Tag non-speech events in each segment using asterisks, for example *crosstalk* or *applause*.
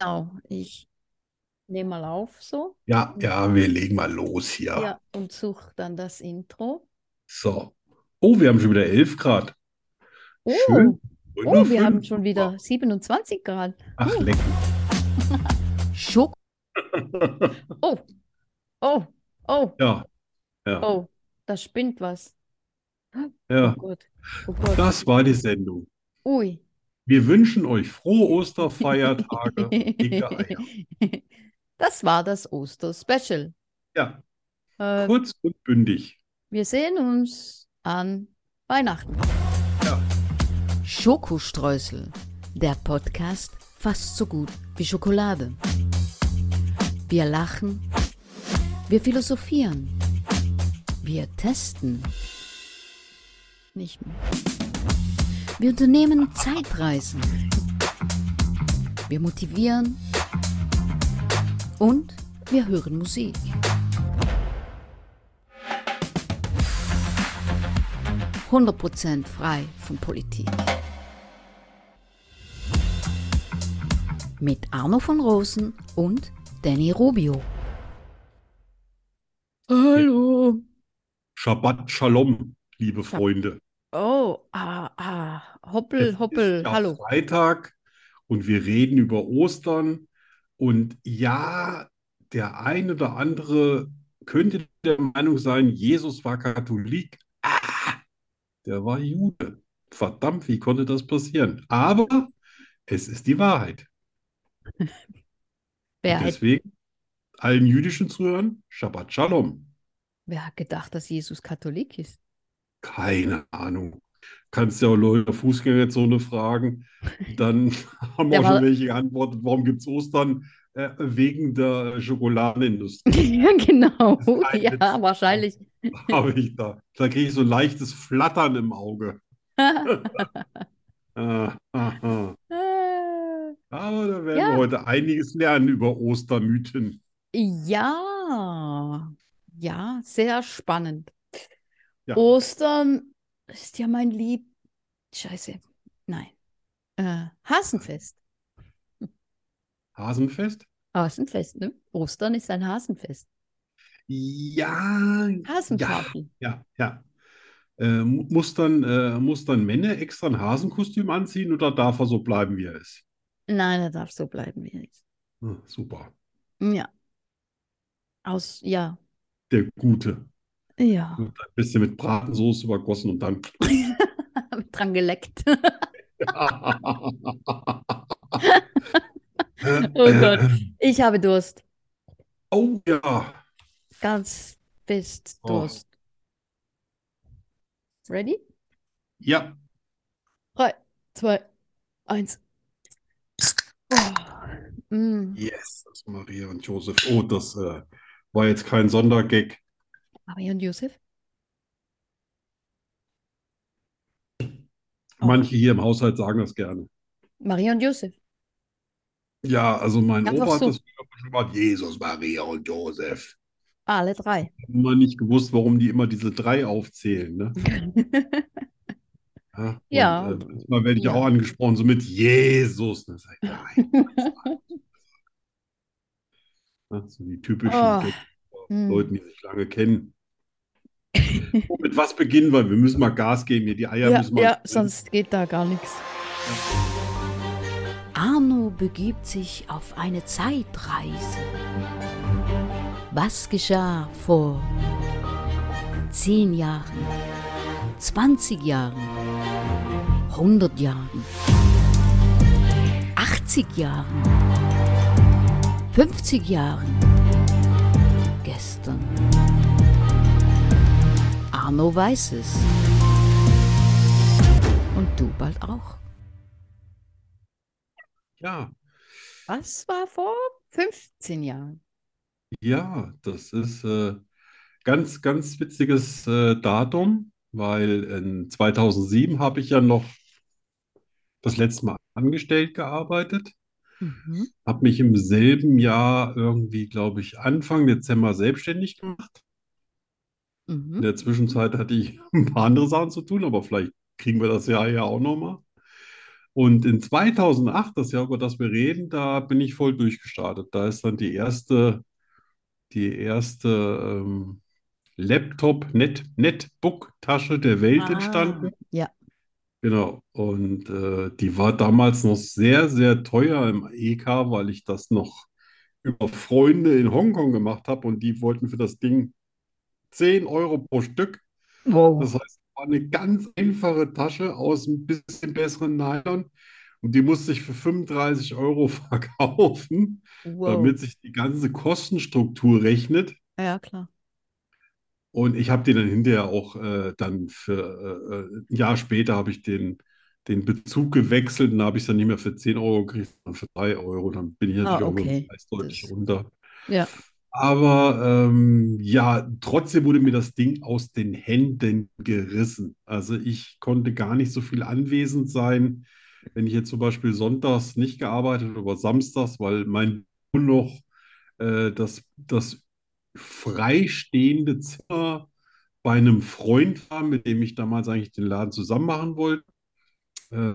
Genau, ich nehme mal auf so Ja, und, ja, wir legen mal los hier. ja, und suche dann das Intro. So. Oh, wir haben schon wieder 11 Grad. Schön. Oh, Vorhin oh, noch wir 5. haben schon wieder 27 Grad. Ach, Oh, leck. Schok. *laughs* Oh, oh, oh, Ja, ja, oh, da spinnt was. Oh ja. Gott, oh Gott, Das war die Sendung. ui. Wir wünschen euch frohe *laughs* Osterfeiertage und dicke Eier. Das war das Oster-Special. Ja, Äh, kurz und bündig. wir sehen uns an Weihnachten. Ja, Schokostreusel, der Podcast fast so gut wie Schokolade. Wir lachen, wir philosophieren, wir testen, Nicht mehr. wir unternehmen Zeitreisen, wir motivieren und wir hören Musik. Prozent frei von Politik. Mit Arno von Rosen und Danny Rubio. ja. Hallo. Shabbat Shalom, liebe Ja. Freunde. Oh, ah, ah, hoppel, Es ist hoppel, ja hallo. Freitag und wir reden über Ostern. Und ja, der ein oder andere könnte der Meinung sein, Jesus war Katholik, Ah, der war Jude. Verdammt, wie konnte das passieren? Aber es ist die Wahrheit. Wer Und hätte, deswegen allen jüdischen Zuhörern, Shabbat Shalom. wer hat gedacht, dass Jesus Katholik ist? *laughs* Keine Ahnung. Kannst ja auch Leute der Fußgängerzone fragen. Dann *laughs* haben Der auch schon war, welche geantwortet, warum gibt es Ostern? Äh, wegen der Schokoladenindustrie. *laughs* ja, genau, Das ist kein ja, Witz. Da wahrscheinlich. habe ich da. Da kriege ich so ein leichtes Flattern im Auge. *laughs* Ah, ah, ah. Äh, Aber da werden wir Ja, heute einiges lernen über Ostermythen. ja, ja, sehr spannend. Ja, Ostern ist ja mein Lieb, Scheiße, nein, äh, Hasenfest. Hasenfest? Hasenfest, ne? Ostern ist ein Hasenfest. Ja, ja, Hasenparty. ja, ja. Äh, mu- muss dann, äh, muss dann Menne extra ein Hasenkostüm anziehen oder darf er so bleiben, wie er ist? Nein, er darf so bleiben, wie er ist. Hm, super. Ja, aus, ja, Der Gute. ja. *laughs* Ein bisschen mit Bratensoße übergossen und dann. dran geleckt. *laughs* Oh Gott, ich habe Durst. *laughs* Oh ja. Ganz fest Oh. Durst. Ready? Ja. Drei, zwei, eins. Oh. Mm. Yes, das ist Maria und Josef. Oh, das äh, war jetzt kein Sondergag. Maria und Josef? Oh. Manche hier im Haushalt sagen das gerne. Maria und Josef. Ja, also mein Einfach Opa hat das so. früher schon gemacht. Jesus, Maria und Josef. Alle drei. Immer nicht gewusst, warum die immer diese drei aufzählen, ne? Ja, und Ja, äh, manchmal werde ich auch ja. angesprochen, so mit Jesus. Und Dann sag ich, *laughs* nein, ne? So die typischen Oh. Gags von Mm. Leuten, die sich *laughs* lange kennen. Oh, mit was beginnen wir? Wir müssen mal Gas geben hier. Die Eier Ja, müssen wir ja, anstellen. sonst geht da gar nichts. Ja. Arno begibt sich auf eine Zeitreise. Was geschah vor 10 Jahren, 20 Jahren, 100 Jahren, 80 Jahren, 50 Jahren, gestern? Arno weiß es. Und du bald auch. Ja, Was war vor 15 Jahren? ja, das ist äh, ganz, ganz witziges äh, Datum, weil in 2007 habe ich ja noch das letzte Mal angestellt gearbeitet, Mhm. habe mich im selben Jahr irgendwie, glaube ich, Anfang Dezember selbstständig gemacht. In Mhm. der *laughs* Zwischenzeit hatte ich ein paar andere Sachen zu tun, aber vielleicht kriegen wir das Jahr ja auch nochmal. Und in 2008, das Jahr, über das wir reden, da bin ich voll durchgestartet. Da ist dann die erste, die erste ähm, Laptop, Net, Netbook-Tasche der Welt Ah, entstanden. ja. Genau. Und äh, die war damals noch sehr, sehr teuer im EK, weil ich das noch über Freunde in Hongkong gemacht habe und die wollten für das Ding 10 Euro pro Stück. Wow. Das heißt, es war eine ganz einfache Tasche aus ein bisschen besseren Nylon und die musste ich für 35 Euro *laughs* verkaufen, Wow. damit sich die ganze Kostenstruktur rechnet. Ja, klar. Und ich habe den dann hinterher auch äh, dann für äh, äh, ein Jahr später habe ich den, den Bezug gewechselt und habe ich dann nicht mehr für 10 Euro gekriegt, sondern für 3 Euro. Dann bin ich Ah, natürlich auch mit dem okay. Preis deutlich Das, runter. ja. Aber ähm, ja, trotzdem wurde mir das Ding aus den Händen gerissen. Also ich konnte gar nicht so viel anwesend sein, wenn ich jetzt zum Beispiel sonntags nicht gearbeitet habe, aber samstags, weil mein Sohn noch äh, das, das freistehende Zimmer bei einem Freund war, mit dem ich damals eigentlich den Laden zusammen machen wollte. Äh,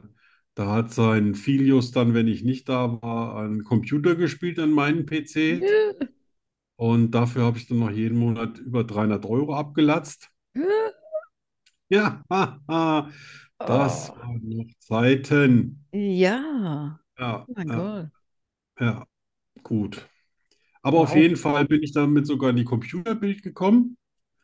da hat sein Filius dann, wenn ich nicht da war, einen Computer gespielt an meinen PC. Und dafür habe ich dann noch jeden Monat über 300 Euro *laughs* abgelatzt. Ja, haha, das Oh. waren noch Zeiten. Ja. Ja, Oh mein ja, Gott. ja, gut. Aber auf Wow. jeden Fall bin ich damit sogar in die Computerbild gekommen.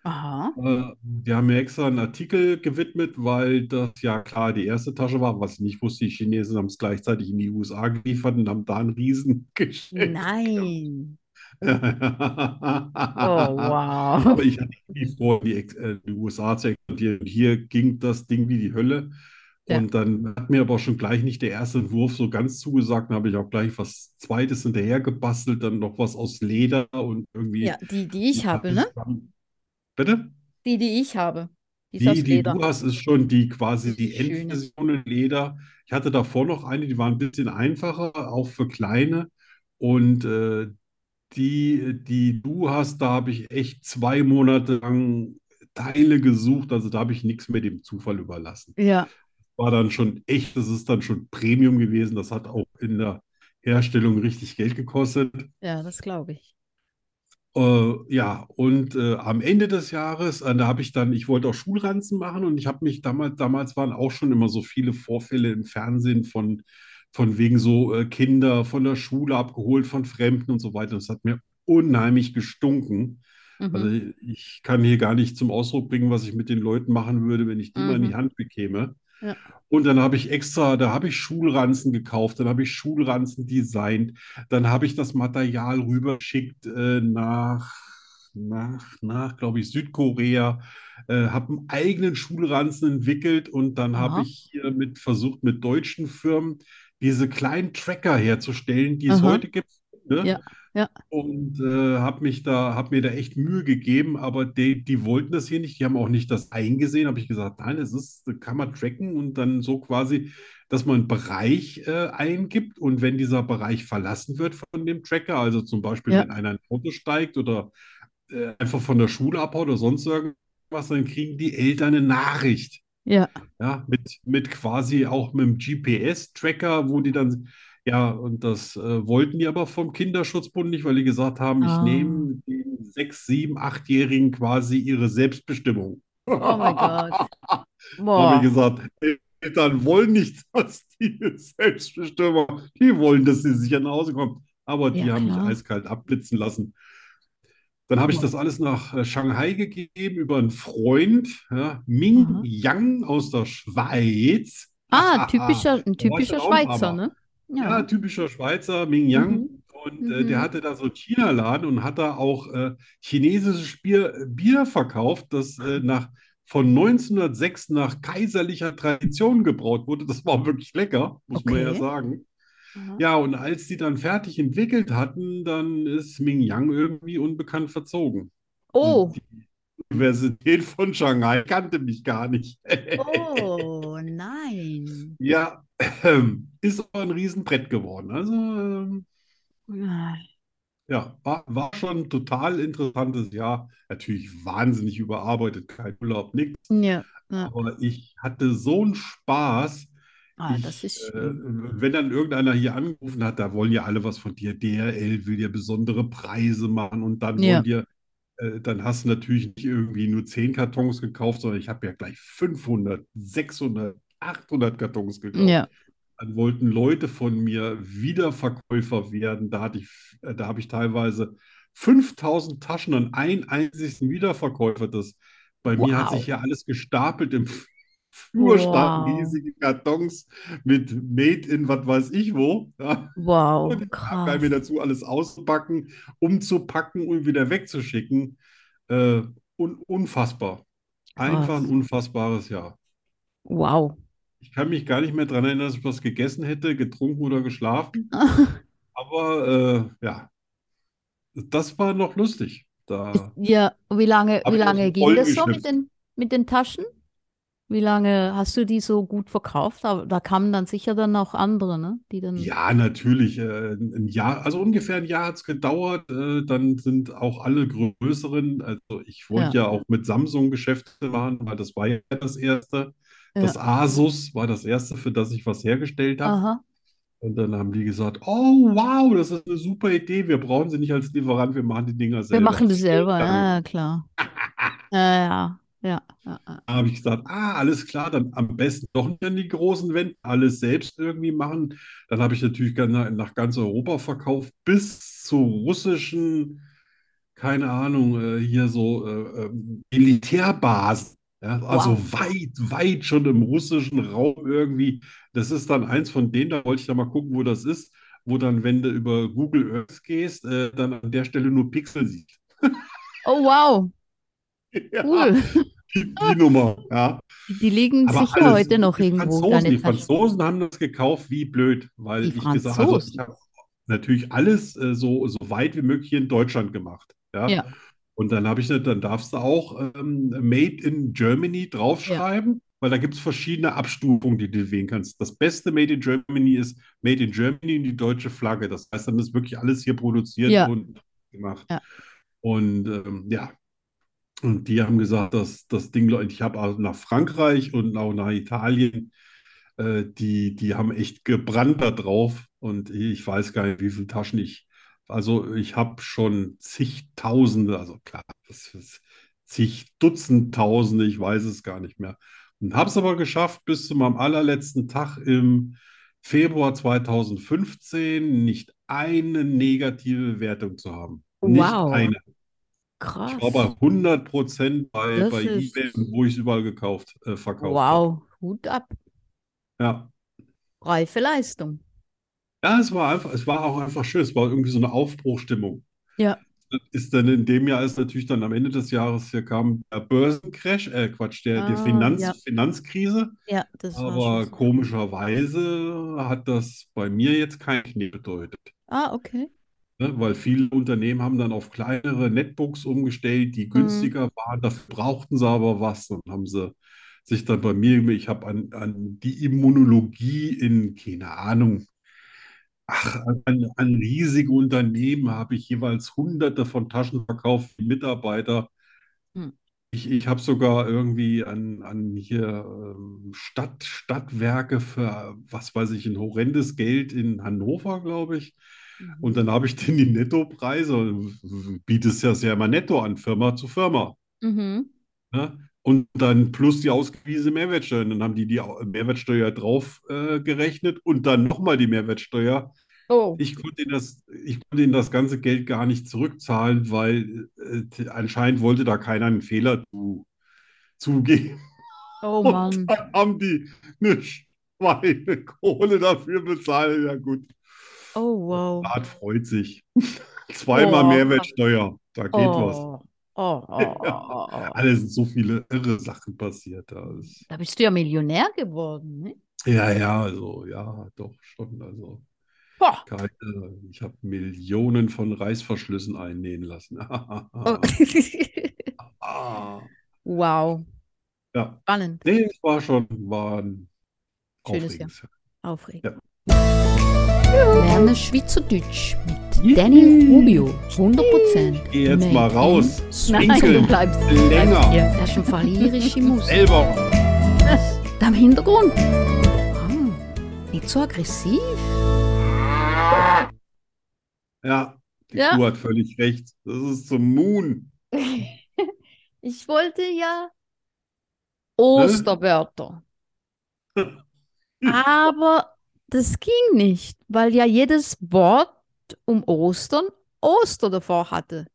Aha. Äh, Wir haben mir extra einen Artikel gewidmet, weil das ja klar die erste Tasche war. Was ich nicht wusste, die Chinesen haben es gleichzeitig in die USA geliefert und haben da ein *laughs* Riesengeschäft gemacht. Nein. Oh, *laughs* Aber wow. ich hatte nie vor, die, Ex- äh, die USA zu exportieren. Hier ging das Ding wie die Hölle. Ja. Und dann hat mir aber auch schon gleich nicht der erste Entwurf so ganz zugesagt. Dann habe ich auch gleich was Zweites hinterher gebastelt, dann noch was aus Leder und Ja, irgendwie die, die ich habe, ne? alles zusammen. Bitte? Die, die ich habe. Die ist Die, aus die du Leder. hast, ist schon die quasi Die die schöne. Endversion in Leder. Ich hatte davor noch eine, die war ein bisschen einfacher, auch für kleine. Und äh, die, die du hast, da habe ich echt zwei Monate lang Teile gesucht. Also da habe ich nichts mehr dem Zufall überlassen. Ja. War dann schon echt, das ist dann schon Premium gewesen. Das hat auch in der Herstellung richtig Geld gekostet. Ja, das glaube ich. Äh, ja, und äh, am Ende des Jahres, äh, da habe ich dann, ich wollte auch Schulranzen machen und ich habe mich damals, damals waren auch schon immer so viele Vorfälle im Fernsehen von, von wegen so äh, Kinder von der Schule abgeholt, von Fremden und so weiter. Das hat mir unheimlich gestunken. Also Mhm. ich, ich kann hier gar nicht zum Ausdruck bringen, was ich mit den Leuten machen würde, wenn ich die mal in die Mhm. Hand bekäme. Ja. Und dann habe ich extra, da habe ich Schulranzen gekauft, dann habe ich Schulranzen designt, dann habe ich das Material rübergeschickt äh, nach, nach, nach, glaube ich, Südkorea, äh, habe einen eigenen Schulranzen entwickelt und dann habe Aha. ich hier mit versucht, mit deutschen Firmen diese kleinen Tracker herzustellen, die es Aha. heute gibt, ne? Ja. Ja. Und äh, habe mich da, habe mir da echt Mühe gegeben, aber die, die wollten das hier nicht, die haben auch nicht das eingesehen. Habe ich gesagt, nein, das ist, das kann man tracken und dann so quasi, dass man einen Bereich äh, eingibt und wenn dieser Bereich verlassen wird von dem Tracker, also zum Beispiel, Ja. wenn einer in ein Auto steigt oder äh, einfach von der Schule abhaut oder sonst irgendwas, dann kriegen die Eltern eine Nachricht. Ja. Ja, mit, mit quasi auch mit dem GPS-Tracker, wo die dann, ja, und das äh, wollten die aber vom Kinderschutzbund nicht, weil die gesagt haben, ich Ah. nehme den sechs-, sieben-, achtjährigen quasi ihre Selbstbestimmung. Oh *laughs* mein Gott. Habe ich Boah. gesagt, Eltern wollen nicht, *laughs* dass die Selbstbestimmung, die wollen, dass sie sicher nach Hause kommen. Aber Ja, die haben mich klar. eiskalt abblitzen lassen. Dann habe ich Wow. das alles nach äh, Shanghai gegeben über einen Freund, ja, Ming Aha. Yang aus der Schweiz. *laughs* Ah, Hahaha, typischer, ein da war ich typischer dann auch ein paar Schweizer, Mal. ne? Ja, Ja. typischer Schweizer, Ming Yang. Mhm. Und äh, der Mhm. hatte da so einen China-Laden und hat da auch äh, chinesisches Bier, Bier verkauft, das äh, nach, von 1906 nach kaiserlicher Tradition gebraut wurde. Das war wirklich lecker, muss man ja Okay. sagen. Aha. Ja, und als die dann fertig entwickelt hatten, dann ist Ming Yang irgendwie unbekannt verzogen. Und Oh. die Universität von Shanghai kannte mich gar nicht. Oh, nein. Ja, *clears throat* ähm, ist aber ein Riesenbrett geworden. Also, ähm, Nein. ja, war, war schon ein total interessantes Jahr. Natürlich wahnsinnig überarbeitet, kein Urlaub, nichts. Ja. Ja. Aber ich hatte so einen Spaß. Ah, Ich, das ist äh, schön. wenn dann irgendeiner hier angerufen hat, da wollen ja alle was von dir. DRL will dir besondere Preise machen und dann Ja. wollen dir, äh, dann hast du natürlich nicht irgendwie nur 10 Kartons gekauft, sondern ich habe ja gleich 500, 600, 800 Kartons gekauft. äh, Ja. Dann wollten Leute von mir Wiederverkäufer werden. Da hatte ich, äh, da habe ich teilweise 5000 Taschen an einen einzigen Wiederverkäufer. Das, bei mir hat sich Wow. ja alles gestapelt im Flur standen Wow. riesige Kartons mit Made in was weiß ich wo. Ja. *laughs* Wow, Und ich habe krass. mir dazu alles auspacken, umzupacken und wieder wegzuschicken. Äh, un unfassbar. Einfach ein Krass. unfassbares Jahr. Wow. Ich kann mich gar nicht mehr daran erinnern, dass ich was gegessen hätte, getrunken *laughs* oder geschlafen. Aber äh, ja, das war noch lustig. Ist- Da Ja, wie lange, wie habe ich aus lange dem ging Vollen das so mit geschöpft. den, mit den Taschen? Wie lange hast du die so gut verkauft? Da, da kamen dann sicher dann auch andere, ne? Die dann. Ja, natürlich. Äh, ein Jahr, also ungefähr ein Jahr hat es gedauert. Äh, dann sind auch alle größeren, also ich wollte Ja, ja auch mit Samsung Geschäfte machen, weil das war ja das erste. Das ja. Asus war das erste, für das ich was hergestellt habe. Aha. Und dann haben die gesagt, oh wow, das ist eine super Idee. Wir brauchen sie nicht als Lieferant, wir machen die Dinger Wir selber. machen das Vielen selber, Dank. ja, *laughs* klar. Ja, ja, ja, ja. Da habe ich gesagt, ah, alles klar, dann am besten doch nicht an die großen Wände, alles selbst irgendwie machen. Dann habe ich natürlich gerne nach ganz Europa verkauft, bis zu russischen, keine Ahnung, äh, hier so äh, ähm, Militärbasen. Ja, also Wow. weit, weit schon im russischen Raum irgendwie. Das ist dann eins von denen, da wollte ich ja mal gucken, wo das ist, wo dann, wenn du über Google Earth gehst, äh, dann an der Stelle nur Pixel siehst. *laughs* Oh, wow. Ja, Cool. die, die Nummer, ja. Die, die liegen Aber sicher alles, heute noch die irgendwo, Franzosen, deine die Taschen. Franzosen haben das gekauft wie blöd, Die weil ich gesagt, also ich Franzosen. habe natürlich alles äh, so, so weit wie möglich hier in Deutschland gemacht. Ja? Ja, Und dann habe ich, nicht- dann darfst du auch ähm, Made in Germany ja. draufschreiben, weil da gibt es verschiedene Abstufungen, die du wählen kannst. Das beste Made in Germany ist Made in Germany und die deutsche Flagge. Das heißt, dann ist wirklich alles hier produziert Ja, und gemacht. ja. Und ähm, ja, und die haben gesagt, dass das Ding, ich habe auch nach Frankreich und auch nach Italien, äh, die, die haben echt gebrannt da drauf. Und ich weiß gar nicht, wie viele Taschen ich. Also ich habe schon zigtausende, also klar, das ist zig Dutzendtausende, ich weiß es gar nicht mehr. Und habe es aber geschafft, bis zu meinem allerletzten Tag im Februar 2015 nicht eine negative Bewertung zu haben. Nicht Wow, eine. Ich war bei krass. 100 Prozent bei, Das bei eBay, ist. wo ich es überall gekauft, äh, verkauft habe. Wow. Hut ab. Ja. Reife Leistung. Ja, es war einfach, es war auch einfach schön. Es war irgendwie so eine Aufbruchstimmung. Ja. Das Ist dann in dem Jahr ist natürlich dann am Ende des Jahres hier kam der Börsencrash, äh Quatsch, der, der Ah, Finanz, ja. Finanzkrise. Ja, das war schon Aber so. komischerweise hat das bei mir jetzt keinen Knall bedeutet. Ah, okay. Ne? Weil viele Unternehmen haben dann auf kleinere Netbooks umgestellt, die Mhm. günstiger waren. Dafür brauchten sie aber was. Dann haben sie sich dann bei mir, ich habe an, an die Immunologie in, keine Ahnung, ach, an, an riesige Unternehmen habe ich jeweils hunderte von Taschen verkauft für Mitarbeiter. Hm. Ich, ich habe sogar irgendwie an, an hier ähm, Stadt, Stadtwerke für, was weiß ich, ein horrendes Geld in Hannover, glaube ich. Und Mhm. dann habe ich *laughs* denen die Nettopreise, und bietest das ja immer netto an, Firma zu Firma. Mhm. Ne? Und dann plus die ausgewiesene Mehrwertsteuer. Und dann haben die die Au- Mehrwertsteuer drauf äh, gerechnet und dann nochmal die Mehrwertsteuer. Oh. Ich konnte ihnen das, ich konnte ihnen das ganze Geld gar nicht zurückzahlen, weil äh, t- anscheinend wollte da keiner einen Fehler zu, zugeben. *laughs* Oh Und Mann. dann haben die eine Schweinekohle dafür bezahlt. Ja gut, Oh, der wow. Staat freut sich. *laughs* Oh, Zweimal krass. Mehrwertsteuer, da geht was. Oh, oh, oh, Ja, oh, oh. oh. alle sind so viele irre Sachen passiert. Da ist, Da bist du ja Millionär geworden, ne? ja, ja, also ja, doch schon. Also Boah. keine, ich habe Millionen von Reißverschlüssen einnähen lassen. *laughs* *laughs* Oh. Ah, Wow. ja, Spannend. nee, es war schon war ein Schönes Jahr. aufregendes Aufregend. Jahr. Lerne Schweizerdeutsch Ja. mit Danny Yippie! Rubio. 100% Ich gehe jetzt mal made in raus, Nein, du pinkeln, *laughs* Switzerland. bleibst, du bleibst länger, hier. *laughs* Das ist schon verlierische Musik. selber. Da im Hintergrund. Ah. Nicht so aggressiv. Ja, die Ja. Kuh hat völlig recht. Das ist zum Moon. *laughs* Ich wollte ja Osterwörter. Aber das ging nicht, weil ja jedes Wort um Ostern Oster davor hatte.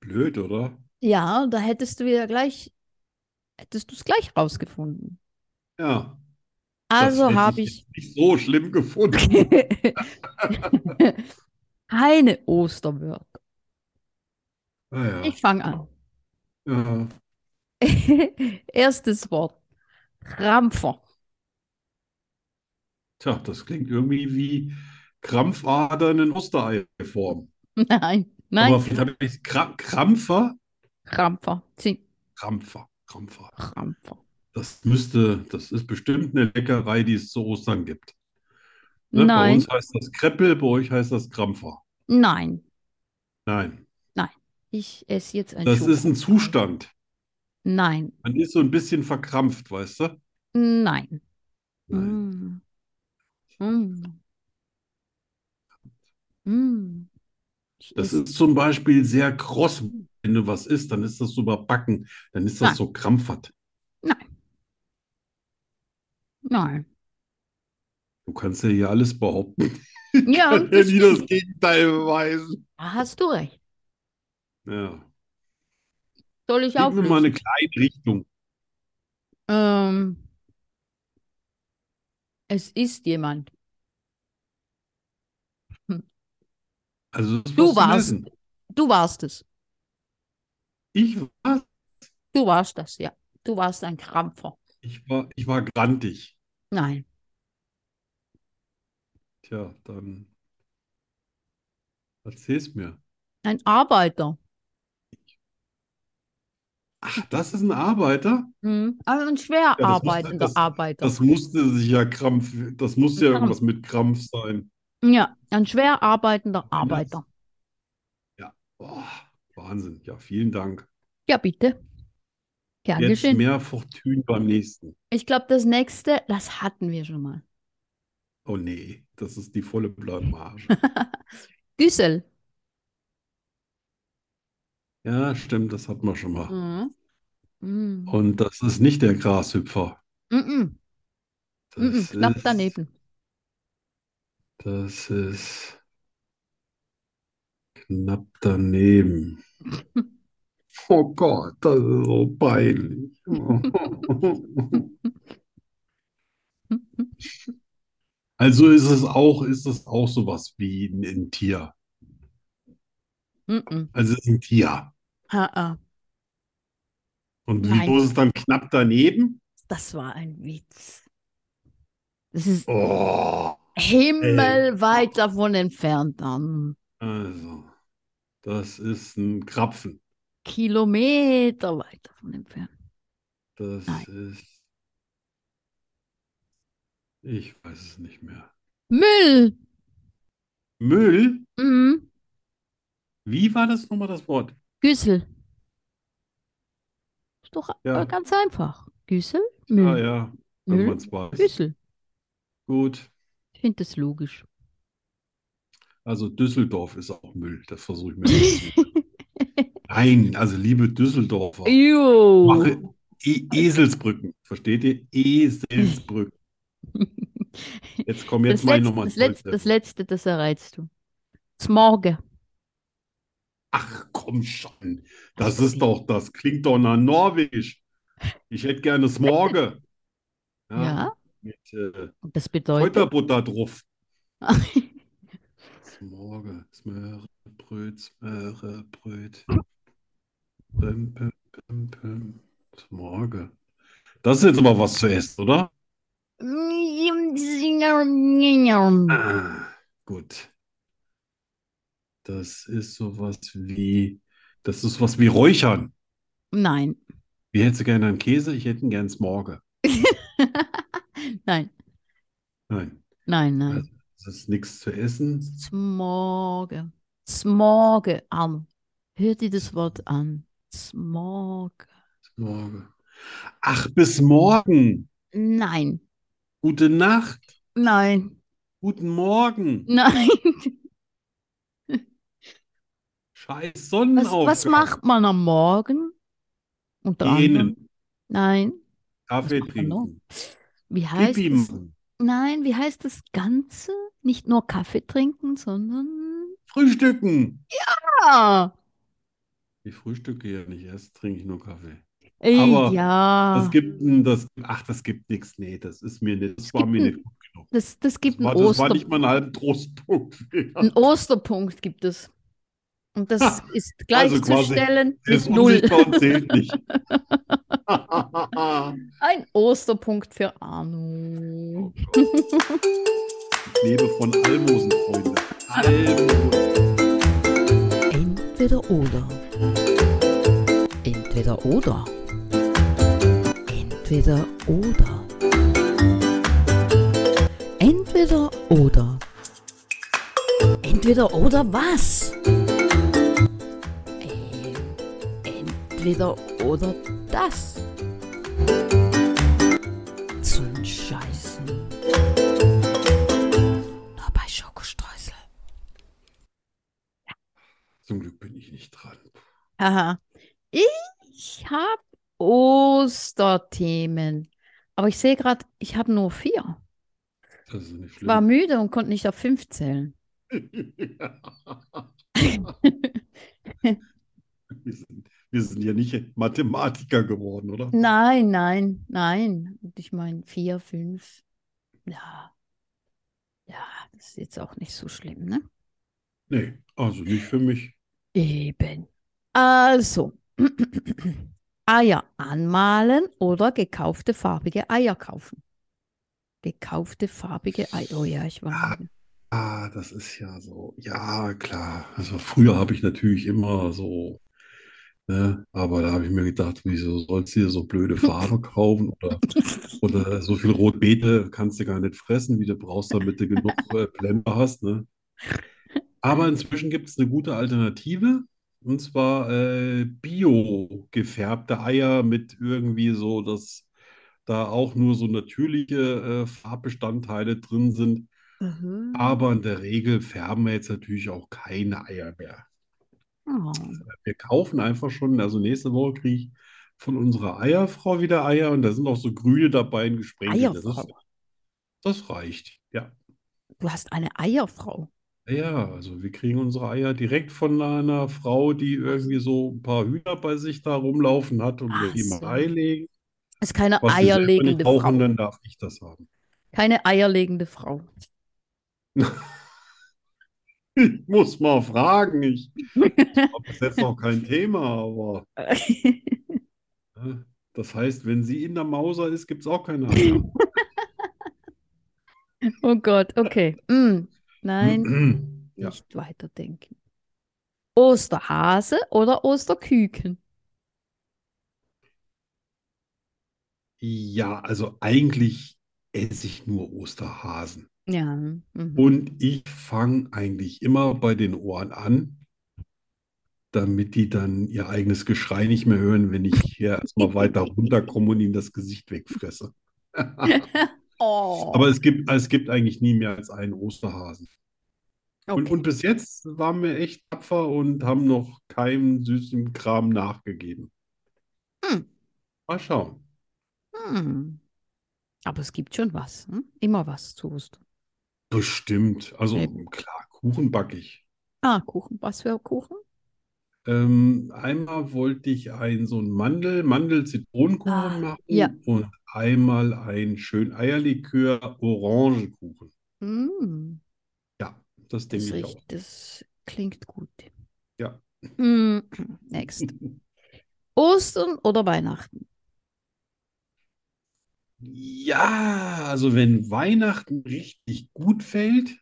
Blöd, oder? Ja, da hättest du ja gleich, hättest du es gleich rausgefunden. Ja, das Also hätte habe ich ich jetzt nicht so schlimm gefunden. *laughs* keine Osterwörter. Ah, ja. Ich fange an. *laughs* Ja. Erstes Wort. Krampfer. *laughs* Tja, das klingt irgendwie wie Krampfadern in Ostereiform. Nein, nein, Aber vielleicht habe ich Kra Krampfer? Krampfer. Sie- Krampfer, Krampfer. Krampfer. Das müsste, das ist bestimmt eine Leckerei, die es zu Ostern gibt. Ne? Bei Nein, uns heißt das Kreppel, bei euch heißt das Krampfer. nein. Nein, Ich esse jetzt ein das ist ein Schokokuchen. Zustand. Nein, Man ist so ein bisschen verkrampft, weißt du? nein. Nein. Mm. Mm. Mm. Ich Das esse- ist zum Beispiel sehr kross. Wenn du was isst, dann ist das so überbacken, dann ist Nein. das so krampfert. Nein. Du kannst ja hier alles behaupten. *laughs* Ja, Kann ja das nie das stimmt. Gegenteil beweisen. Da hast du recht. Ja. Soll ich Gib mir mal auflösen? eine kleine Richtung. Ähm, es ist jemand. Also, das Du wirst warst. wissen. Du warst es. Ich war, Du warst das, ja. Du warst ein Krampfer. ich war, ich war grantig. Nein. Tja, dann erzähl's mir. Ein Arbeiter. Ach, das ist ein Arbeiter? Hm. Also ein schwer das muss- arbeitender das- Arbeiter. Das musste sich ja Krampf, das musste ja Krampf. irgendwas mit Krampf sein. Ja, ein schwer arbeitender Arbeiter. Boah, Wahnsinn. Ja, vielen Dank. Ja, bitte. Gern Jetzt geschehen. mehr Fortune beim nächsten. Ich glaube, das nächste, das hatten wir schon mal. Oh nee, das ist die *laughs* volle Blamage. Güssel. Ja, stimmt, das hatten wir schon mal. Mhm. Mhm. Und das ist nicht der Grashüpfer. Mhm. Mhm. Das Knapp ist, daneben. das ist knapp daneben. *laughs* Oh Gott, das ist so peinlich. *laughs* Mm, Also ist es auch, ist es auch sowas wie ein, ein Tier. Mhm. Also es ist ein Tier. Ha-ha. Und Nein. wieso ist es dann knapp daneben? Das war ein Witz. Das ist Oh, himmelweit davon entfernt. Dann. also, das ist ein Krapfen. Kilometer weit davon entfernt. Das Nein. ist. Ich weiß es nicht mehr. Müll. Müll? Mhm. Wie war das nochmal das Wort? Güssel. Ist doch Ja. äh, ganz einfach. Güssel, Ah Müll, ja, wenn Müll, man es weiß. Güssel. Gut. Ich finde das logisch. Also Düsseldorf ist auch Müll. Das versuche ich mir nicht zu *laughs* Nein, also liebe Düsseldorfer, mache Jo. E Eselsbrücken. *laughs* Versteht ihr? Eselsbrücken. Jetzt komm, jetzt Das mal letzte, nochmal das letzte, das letzte, das erreichst du. Zmorge. Ach komm schon. Das Sorry. ist doch, das klingt doch nach Norwegisch. Ich hätte gerne Smorge. Ja. mit äh, Und das bedeutet. Kräuterbutter drauf. Smorge, Smörebröt, Smörebröt. Pim, pim, pim, pim. Smorge. Das ist jetzt aber was zu essen, oder? Ah, gut. Das ist sowas wie, das ist was wie Räuchern. Nein. Wie hättest du gerne einen Käse? Ich hätte ihn *laughs* gern Smorge. Nein, Nein, nein, nein. das ist nichts zu essen. Zmorge. Zmorge an. Hör dir das Wort an. Zmorge. Smorge. Ach, bis morgen. Nein. Gute Nacht. Nein, Guten Morgen. nein. Scheiß Was, Sonnenaufgang. was macht man am Morgen? Unter anderem? Gähnen, Nein. Kaffee macht man noch? trinken, Wie heißt Pipi es? machen, Nein, wie heißt das Ganze? Nicht nur Kaffee trinken, sondern. frühstücken. Ah, Ich frühstücke ja nicht, erst trinke ich nur Kaffee. ey, Aber ja. Das gibt ein, das, ach, das gibt nichts. Nee, das ist mir nicht, das war gibt mir ein- nicht gut genug. Das, das gibt War, einen das war Oster, nicht mal einen halben Trostpunkt. Ja. einen Osterpunkt gibt es. Und das ist Also quasi, gleichzustellen Der ist mit null. unsichtbar und *laughs* zählt nicht. Ein Osterpunkt für Arno. Lebe von Almosen, Freunde. Almosen. Entweder oder. Entweder oder. Entweder oder. Entweder oder. Entweder oder was? Ähm, entweder oder das. Zum Scheißen. Nur bei Schokostreusel. Zum Glück bin ich nicht dran. Aha. Ich habe Osterthemen. Aber ich sehe gerade, ich habe nur vier. Das ist nicht Ich war *laughs* schlimm. müde und konnte nicht auf fünf zählen. *laughs* Wir sind, wir sind ja nicht Mathematiker geworden, oder? Nein, nein, nein. Und Ich meine, vier, fünf. Ja. Ja, das ist jetzt auch nicht so schlimm, ne? Nee, also nicht für mich. Eben. Also. *clears throat* Eier anmalen oder gekaufte farbige Eier kaufen. Gekaufte farbige Eier. Oh ja, ich war Ah. müde. Ah, das ist ja so. Ja, klar. Also früher habe ich natürlich immer so, ne, aber da habe ich mir gedacht, wieso sollst du dir so blöde Farbe kaufen oder, oder so viel Rotbeete kannst du gar nicht fressen, wie du brauchst, damit du genug äh, Blende hast, ne? Aber inzwischen gibt es eine gute Alternative, und zwar äh, bio gefärbte Eier mit irgendwie so, dass da auch nur so natürliche äh, Farbbestandteile drin sind. Aber in der Regel färben wir jetzt natürlich auch keine Eier mehr. Oh. Wir kaufen einfach schon, also nächste Woche kriege ich von unserer Eierfrau wieder Eier und da sind auch so Grüne dabei in Gesprenkel. Das, ist- Eierfrau. das reicht. Ja. Du hast eine Eierfrau. Ja, also wir kriegen unsere Eier direkt von einer Frau, die irgendwie so ein paar Hühner bei sich da rumlaufen hat und wir Ach die mal so. einlegen. Ist keine Was wir selber nicht eierlegende brauchen, Frau. dann darf ich das haben. Keine eierlegende Frau. Ich muss mal fragen. Ich, ich glaube, das ist jetzt noch kein Thema, aber. Ja, Das heißt, wenn sie in der Mauser ist, gibt es auch keine Eier. Oh Gott, okay. Mm. *clears throat* Nein, Ja. nicht weiterdenken. Osterhase oder Osterküken? Ja, also eigentlich esse ich nur Osterhasen. Ja. Mhm. Und ich fange eigentlich immer bei den Ohren an, damit die dann ihr eigenes Geschrei nicht mehr hören, wenn ich hier erstmal weiter runterkomme und ihnen das Gesicht wegfresse. Oh. Aber es gibt, es gibt eigentlich nie mehr als einen Osterhasen. Und, okay. und bis jetzt waren wir echt tapfer und haben noch keinem süßen Kram nachgegeben. Hm. Mal schauen. Hm. Aber es gibt schon was. Hm? Immer was zu Ostern. Bestimmt. Also Eben. klar, Kuchen backe ich. Ah, Kuchen. Was für Kuchen? Ähm, einmal wollte ich einen so einen Mandel, Mandel-Zitronenkuchen Ah, machen ja. und einmal einen schönen Eierlikör-Orangenkuchen. Mm. Ja, Das das denke ich riecht, das klingt gut. Ja. Mm. *clears throat* Next. *laughs* auch. Ostern oder Weihnachten? Ja, also wenn Weihnachten richtig gut fällt,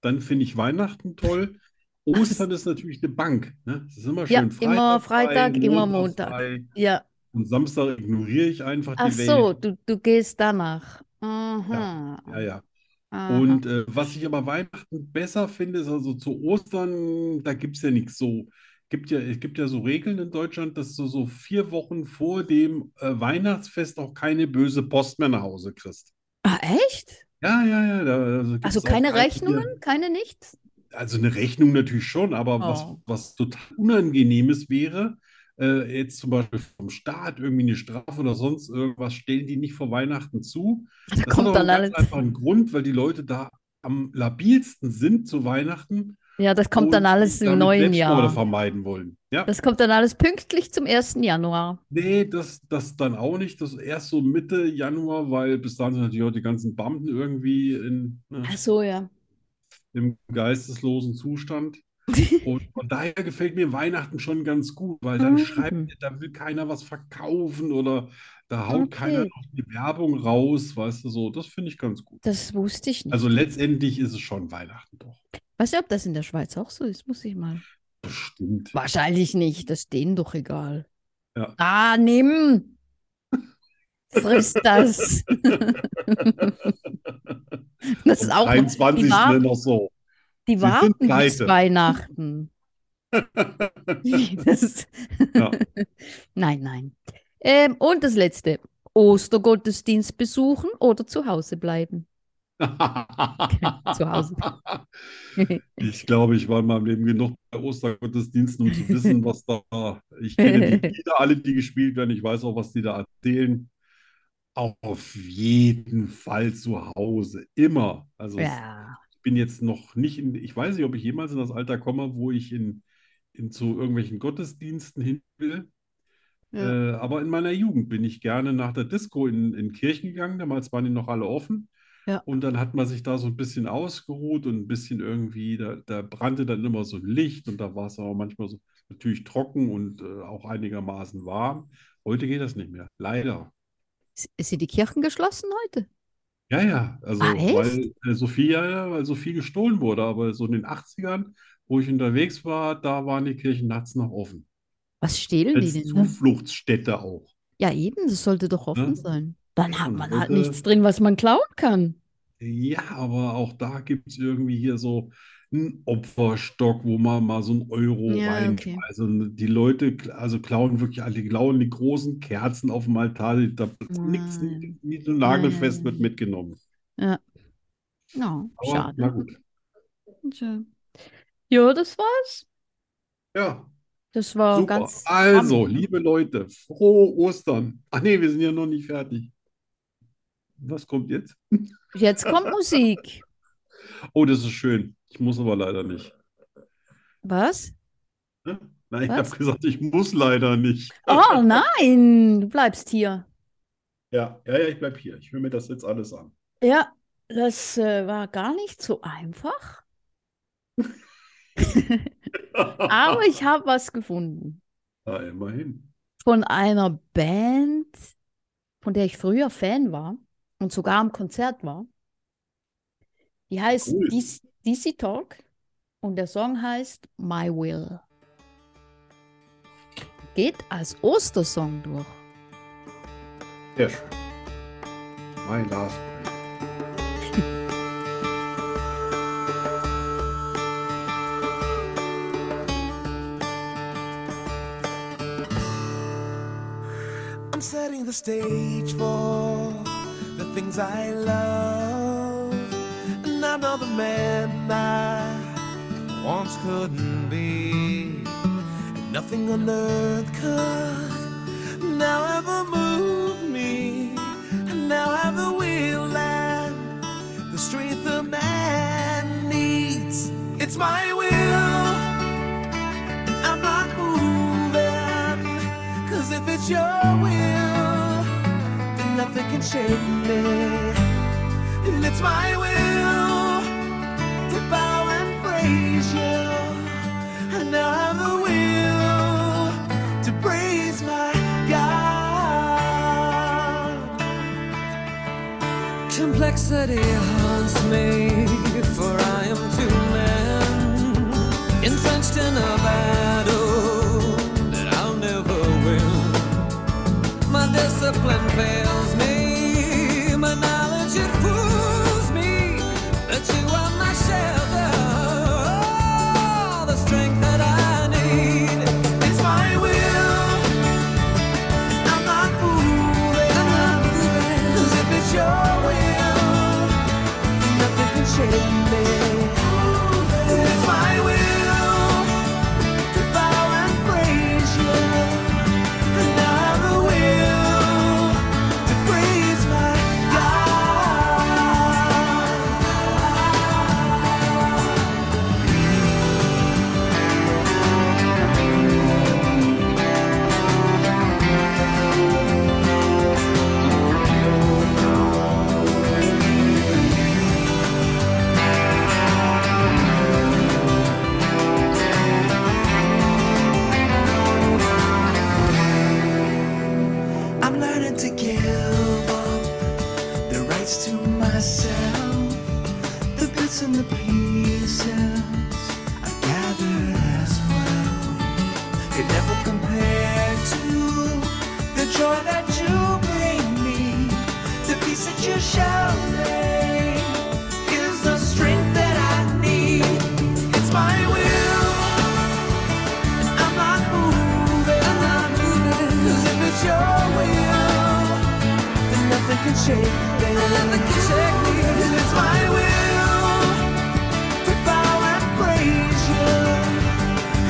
dann finde ich Weihnachten toll. Ostern ist natürlich eine Bank, ne? Es ist immer Ja, schön immer Freitag Freitag, frei, immer Montag. Montag frei Ja. und Samstag ignoriere ich einfach die Ach Welt. so, du, du gehst danach. Aha. Ja, ja. Aha. Und äh, was ich aber Weihnachten besser finde, ist also zu Ostern, da gibt es ja nichts so. Gibt ja, es gibt ja so Regeln in Deutschland, dass du so vier Wochen vor dem äh, Weihnachtsfest auch keine böse Post mehr nach Hause kriegst. Ah, echt? Ja, ja, ja. Da, also gibt's Also auch keine einige- Rechnungen, keine nichts? Also eine Rechnung natürlich schon, aber was, Oh. was total Unangenehmes wäre, äh, jetzt zum Beispiel vom Staat irgendwie eine Strafe oder sonst irgendwas, stellen die nicht vor Weihnachten zu. Da Das hat kommt aber dann einen ganz alles. einfachen Grund, weil die Leute da am labilsten sind zu Weihnachten Ja, das kommt dann und alles im damit neuen Selbstmorde Jahr. vermeiden wollen. Ja, Das kommt dann alles pünktlich zum 1. Januar. nee, das, das dann auch nicht. Das erst so Mitte Januar, weil bis dahin sind natürlich auch die ganzen Banden irgendwie in, ne, Ach so, ja. im geisteslosen Zustand. Und von daher gefällt mir Weihnachten schon ganz gut, weil dann Mhm. schreibt mir, da will keiner was verkaufen oder da haut keiner Okay. noch die Werbung raus, weißt du so. Das finde ich ganz gut. *laughs* Das wusste ich nicht. Also letztendlich ist es schon Weihnachten doch. Weißt du, ob das in der Schweiz auch so ist? Muss ich mal. Bestimmt. Wahrscheinlich nicht, das ist denen doch egal. Ja. Ah, nimm! Friss *laughs* das! Das ist Am auch, 23. die Noch, warten- *laughs* noch so. *laughs* die sind warten bis pleite. Weihnachten. *laughs* Das, Ja. *laughs* Nein, nein. Ähm, und das letzte: Ostergottesdienst besuchen oder zu Hause *laughs* bleiben. Zu Hause. Ich glaube, ich war in meinem Leben genug bei Ostergottesdiensten, um zu wissen, was da. Ich kenne die Lieder, alle, die gespielt werden. Ich weiß auch, was die da erzählen. Auf jeden Fall zu Hause. Immer. Also es- Ja. ich bin jetzt noch nicht in, ich weiß nicht, ob ich jemals in das Alter komme, wo ich in, in zu irgendwelchen Gottesdiensten hin will. Ja. Äh, aber in meiner Jugend bin ich gerne nach der Disco in, in Kirchen gegangen. Damals waren die noch alle offen. Ja. Und dann hat man sich da so ein bisschen ausgeruht und ein bisschen irgendwie, da, da brannte dann immer so Licht und da war es aber manchmal so natürlich trocken und äh, auch einigermaßen warm. Heute geht das nicht mehr, leider. S- Sind die Kirchen geschlossen heute? Ja, ja, also Ah, echt? weil äh, so viel, ja, ja, weil so viel gestohlen wurde, aber so in den 80ern, wo ich unterwegs war, da waren die Kirchen nachts noch offen. Was stehlen die Als denn ne? da? Zufluchtsstätte auch. Ja, eben, das sollte doch offen Ja. sein. Dann hat Und man halt heute- nichts drin, was man klauen kann. Ja, aber auch da gibt es irgendwie hier so einen Opferstock, wo man mal so einen Euro Ja, reinschmeißt. okay. Und die Leute, kl- also klauen wirklich alle, die klauen die großen Kerzen auf dem Altar, die- da ist nichts Ah, ja. nied- und Ja, ja, nagelfest ja, wird ja. mitgenommen. Ja, Aber na schade. gut. Tja. Ja, das war's. Ja, Das war super. Oh, ganz. Also, spannend, ne? liebe Leute, frohe Ostern. Ach nee, wir sind ja noch nicht fertig. Was kommt jetzt? Jetzt kommt Musik. Oh, das ist schön. Ich muss aber leider nicht. *laughs* Was? Ne? Nein, ich Was? habe gesagt, ich muss leider nicht. Oh nein, du bleibst hier. Ja, ja, ja, ich bleib hier. Ich höre mir das jetzt alles an. Ja, das äh, war gar nicht so *laughs* einfach, *laughs* aber ich habe was gefunden. Ja, immerhin. Von einer Band, von der ich früher Fan war und sogar am Konzert war. Die heißt Cool. DC, DC Talk und der Song heißt My Will. Geht als Ostersong durch. Sehr schön. Mein Lars. I'm setting the stage for the things I love. And I'm not the man I once couldn't be. And nothing on earth could now ever move me. And now I have the will and the strength a man needs. It's my will. I'm not moving. Cause if it's your will, then nothing can shake me. And it's my will to bow and praise you. And now I have the will to praise my God. Complexity haunts me, for I am two men entrenched in a battle that I'll never win. My discipline fails me, my knowledge it fools me, that you are my shelter, the strength that I need. It's my will. I'm not moving. 'Cause if it's your will, joy that you bring me, the peace that you shall bring, is the strength that I need. It's my will. I'm not moving. I'm not moving. 'Cause if it's your will, then nothing can shake me. Nothing can shake me. And it's my will to bow and praise you.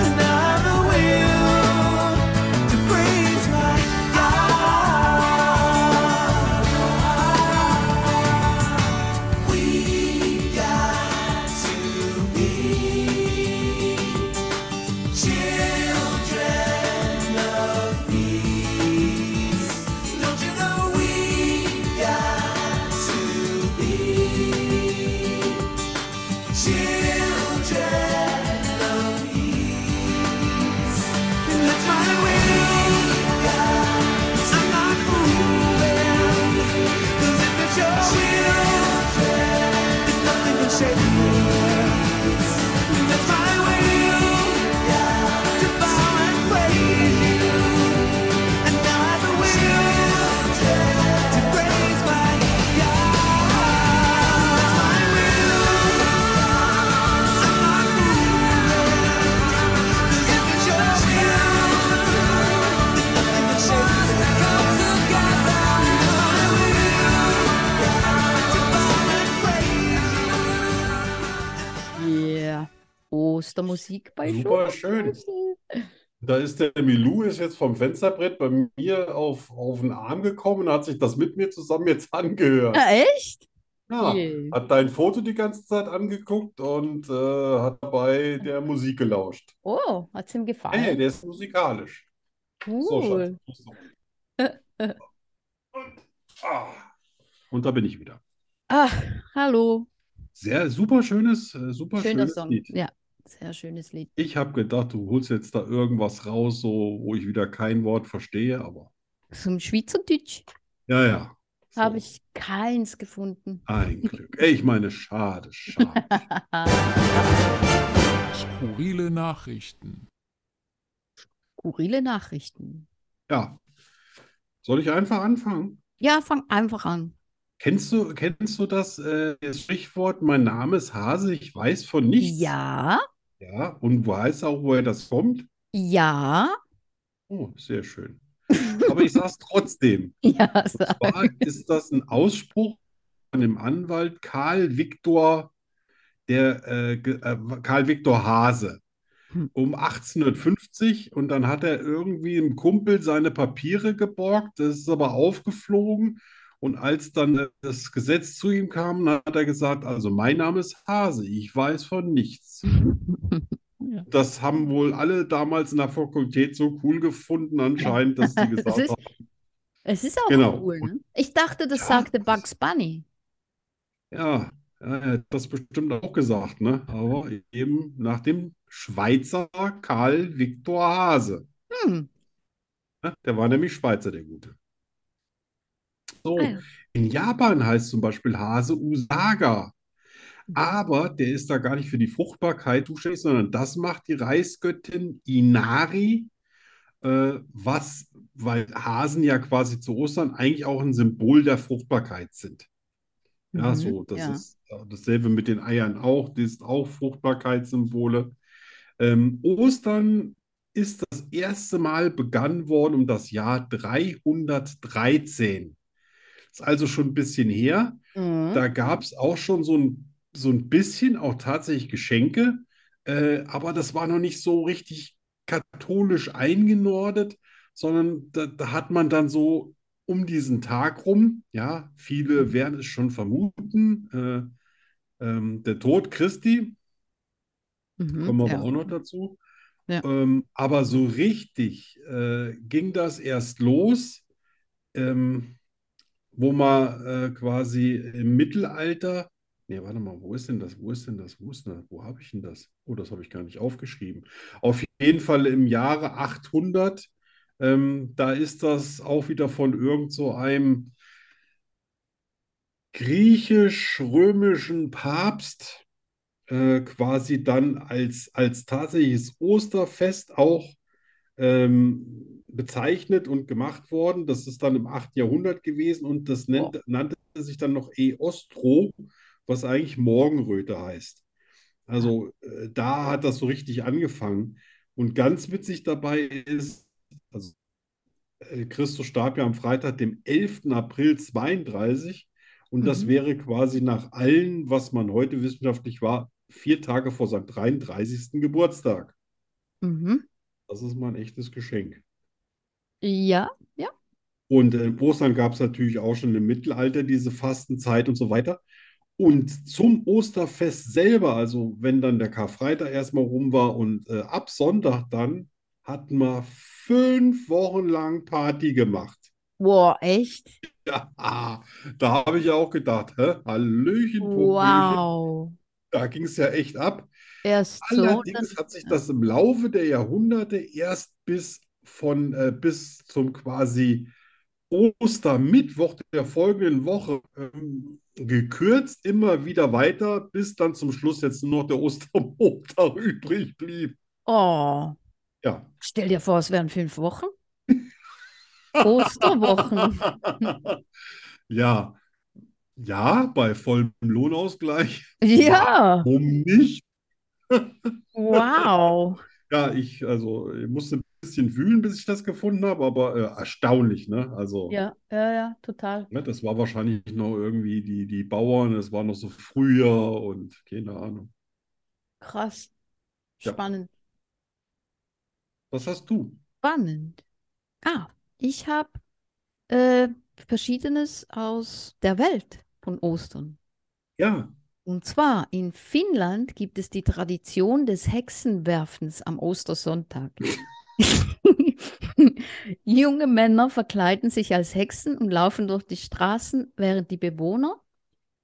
And I'm the will to praise my God. We got to be children of peace. Don't you know we got to be children of peace? And that's my way. I'm not moving. 'Cause if it's your children, then nothing can shake me. And that's my way. To bow and praise you. And now I have the will to praise my God. That's my Yeah. Ostermusik bei Super schön. Schulmeister. Da ist der Milou ist jetzt vom Fensterbrett bei mir auf, auf den Arm gekommen und hat sich das mit mir zusammen jetzt angehört. Ah, echt? Ja, Yeah. hat dein Foto die ganze Zeit angeguckt und äh, hat dabei der Musik gelauscht. Oh, hat es ihm Hey, gefallen? der ist musikalisch. So, Schatz, Cool. Prost noch. Und, ah, *laughs* und da bin ich wieder. Ach, hallo. Sehr super schönes, äh, super Schöner schönes Song. Lied. Ja, sehr schönes Lied. Ich habe gedacht, du holst jetzt da irgendwas raus, so wo ich wieder kein Wort verstehe, aber Zum Schweizerdeutsch ja, ja. habe So, ich keins gefunden. ein Glück. Ey, ich meine, schade, *laughs* schade. Skurrile Nachrichten. Skurrile Nachrichten. Ja. Soll ich einfach anfangen? Ja, fang einfach an. Kennst du, kennst du das, äh, das Sprichwort, mein Name ist Hase, ich weiß von nichts? Ja, Ja, und weiß auch, woher das kommt? ja, *laughs* Oh, sehr schön. Aber ich sag's trotzdem. ja. Und zwar ist das ein Ausspruch von dem Anwalt Karl Viktor, der, äh, ge- äh, Karl Viktor Hase Hm. um 1850 und dann hat er irgendwie einem Kumpel seine Papiere geborgt, das ist aber aufgeflogen und als dann äh, das Gesetz zu ihm kam, dann hat er gesagt, also mein Name ist Hase, ich weiß *laughs* von nichts. Das haben wohl alle damals in der Fakultät so cool gefunden anscheinend, *laughs* dass sie gesagt Das ist- haben, Es ist auch Genau. cool, ne? Ich dachte, das Ja, sagte das- Bugs Bunny. Ja, ja, er hat das bestimmt auch gesagt, ne? Aber eben nach dem Schweizer Karl Viktor Hase. Hm, Ne? Der war nämlich Schweizer, der Gute. So, ah ja. in Japan heißt zum Beispiel Hase Usaga. Aber der ist da gar nicht für die Fruchtbarkeit zuständig, sondern das macht die Reisgöttin Inari, äh, was, weil Hasen ja quasi zu Ostern eigentlich auch ein Symbol der Fruchtbarkeit sind. Ja, Mhm, so, das ja. ist äh, dasselbe mit den Eiern auch, das ist auch Fruchtbarkeitssymbole. Ähm, Ostern ist das erste Mal begann worden um das Jahr 313. Ist also schon ein bisschen her. Mhm. Da gab es auch schon so ein, so ein bisschen auch tatsächlich Geschenke, äh, aber das war noch nicht so richtig katholisch eingenordet, sondern da, da hat man dann so um diesen Tag rum, ja, viele werden es schon vermuten, äh, ähm, der Tod Christi, Mhm, kommen wir ja. aber auch noch dazu. Ja. Ähm, aber so richtig äh, ging das erst los, ähm, wo man äh, quasi im Mittelalter, nee, warte mal, wo ist denn das? Wo ist denn das? Wo ist denn das? Wo habe ich denn das? Oh, das habe ich gar nicht aufgeschrieben. Auf jeden Fall im Jahre 800, ähm, da ist das auch wieder von irgend so einem griechisch-römischen Papst äh, quasi dann als, als tatsächliches Osterfest auch ähm, bezeichnet und gemacht worden. Das ist dann im 8. Jahrhundert gewesen und das nennt, nannte sich dann noch Eostro, was eigentlich Morgenröte heißt. Also äh, da hat das so richtig angefangen. Und ganz witzig dabei ist, also, äh, Christus starb ja am Freitag, dem 11. April 32. Und das Mhm. wäre quasi nach allen, was man heute wissenschaftlich war, vier Tage vor seinem 33. Geburtstag. Mhm. Das ist mal ein echtes Geschenk. Ja. Und in Ostern gab es natürlich auch schon im Mittelalter diese Fastenzeit und so weiter. Und zum Osterfest selber, also wenn dann der Karfreitag erstmal rum war und äh, ab Sonntag dann, hatten wir fünf Wochen lang Party gemacht. *laughs* Boah, echt? Ja, da habe ich ja auch gedacht, hä? Hallöchen, Popöchen. Wow. Da ging es ja echt ab. Erst so und dann. Allerdings hat sich das im Laufe der Jahrhunderte erst bis von äh, bis zum quasi Ostermittwoch der folgenden Woche ähm, gekürzt, immer wieder weiter, bis dann zum Schluss jetzt nur noch der Ostermontag *laughs* übrig blieb. Oh, Ja. *laughs* stell dir vor, es wären fünf Wochen. Osterwochen. Ja. Ja, bei vollem Lohnausgleich. *laughs* Ja, Warum nicht? wow. Ja, ich, also, ich musste ein bisschen wühlen, bis ich das gefunden habe, aber äh, erstaunlich, ne? Also. Ja, ja, ja, total. Ne, das war wahrscheinlich noch irgendwie die, die Bauern, es war noch so früher und keine Ahnung. Krass. Ja. Spannend. Was hast du? Spannend. Ah, ich habe äh, Verschiedenes aus der Welt von Ostern. Ja, Und zwar in Finnland gibt es die Tradition des Hexenwerfens am Ostersonntag. *laughs* Junge Männer verkleiden sich als Hexen und laufen durch die Straßen, während die Bewohner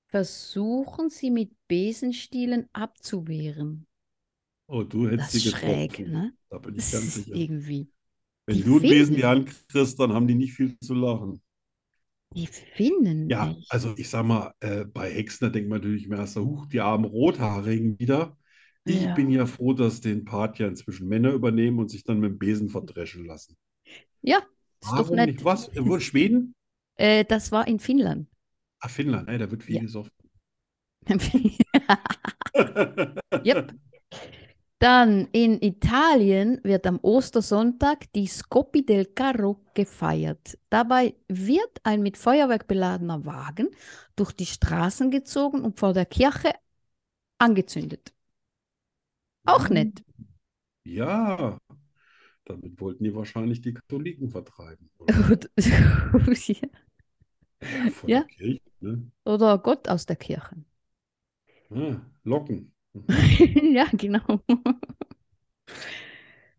versuchen, sie mit Besenstielen abzuwehren. oh, du hättest Das sie ist schräg, getroffen. ne? Da bin ich Das ganz ist sicher. irgendwie. Wenn die du einen Besen Finnen. dir ankriegst, dann haben die nicht viel zu lachen. Die Finnen, Ja, echt. also ich sag mal, äh, bei Hexen, da denkt man natürlich mehr so, huch, die armen Rothaarigen wieder. Ich Ja. bin ja froh, dass den Part ja inzwischen Männer übernehmen und sich dann mit dem Besen verdreschen lassen. Ja, ist doch Warum nett. nicht? Was? Wo, Schweden? Äh, das war in Finnland. *laughs* Ah, Finnland, ey, da wird viel Ja. gesoffen. Yep. Dann in Italien wird am Ostersonntag die Scopi del Carro gefeiert. Dabei wird ein mit Feuerwerk beladener Wagen durch die Straßen gezogen und vor der Kirche angezündet. Auch Mhm. nett. *laughs* Ja, damit wollten die wahrscheinlich die Katholiken vertreiben. Gut. Ja, von Ja. der Kirche, ne? Oder Gott aus der Kirche. Ah, locken. *laughs* Ja, genau.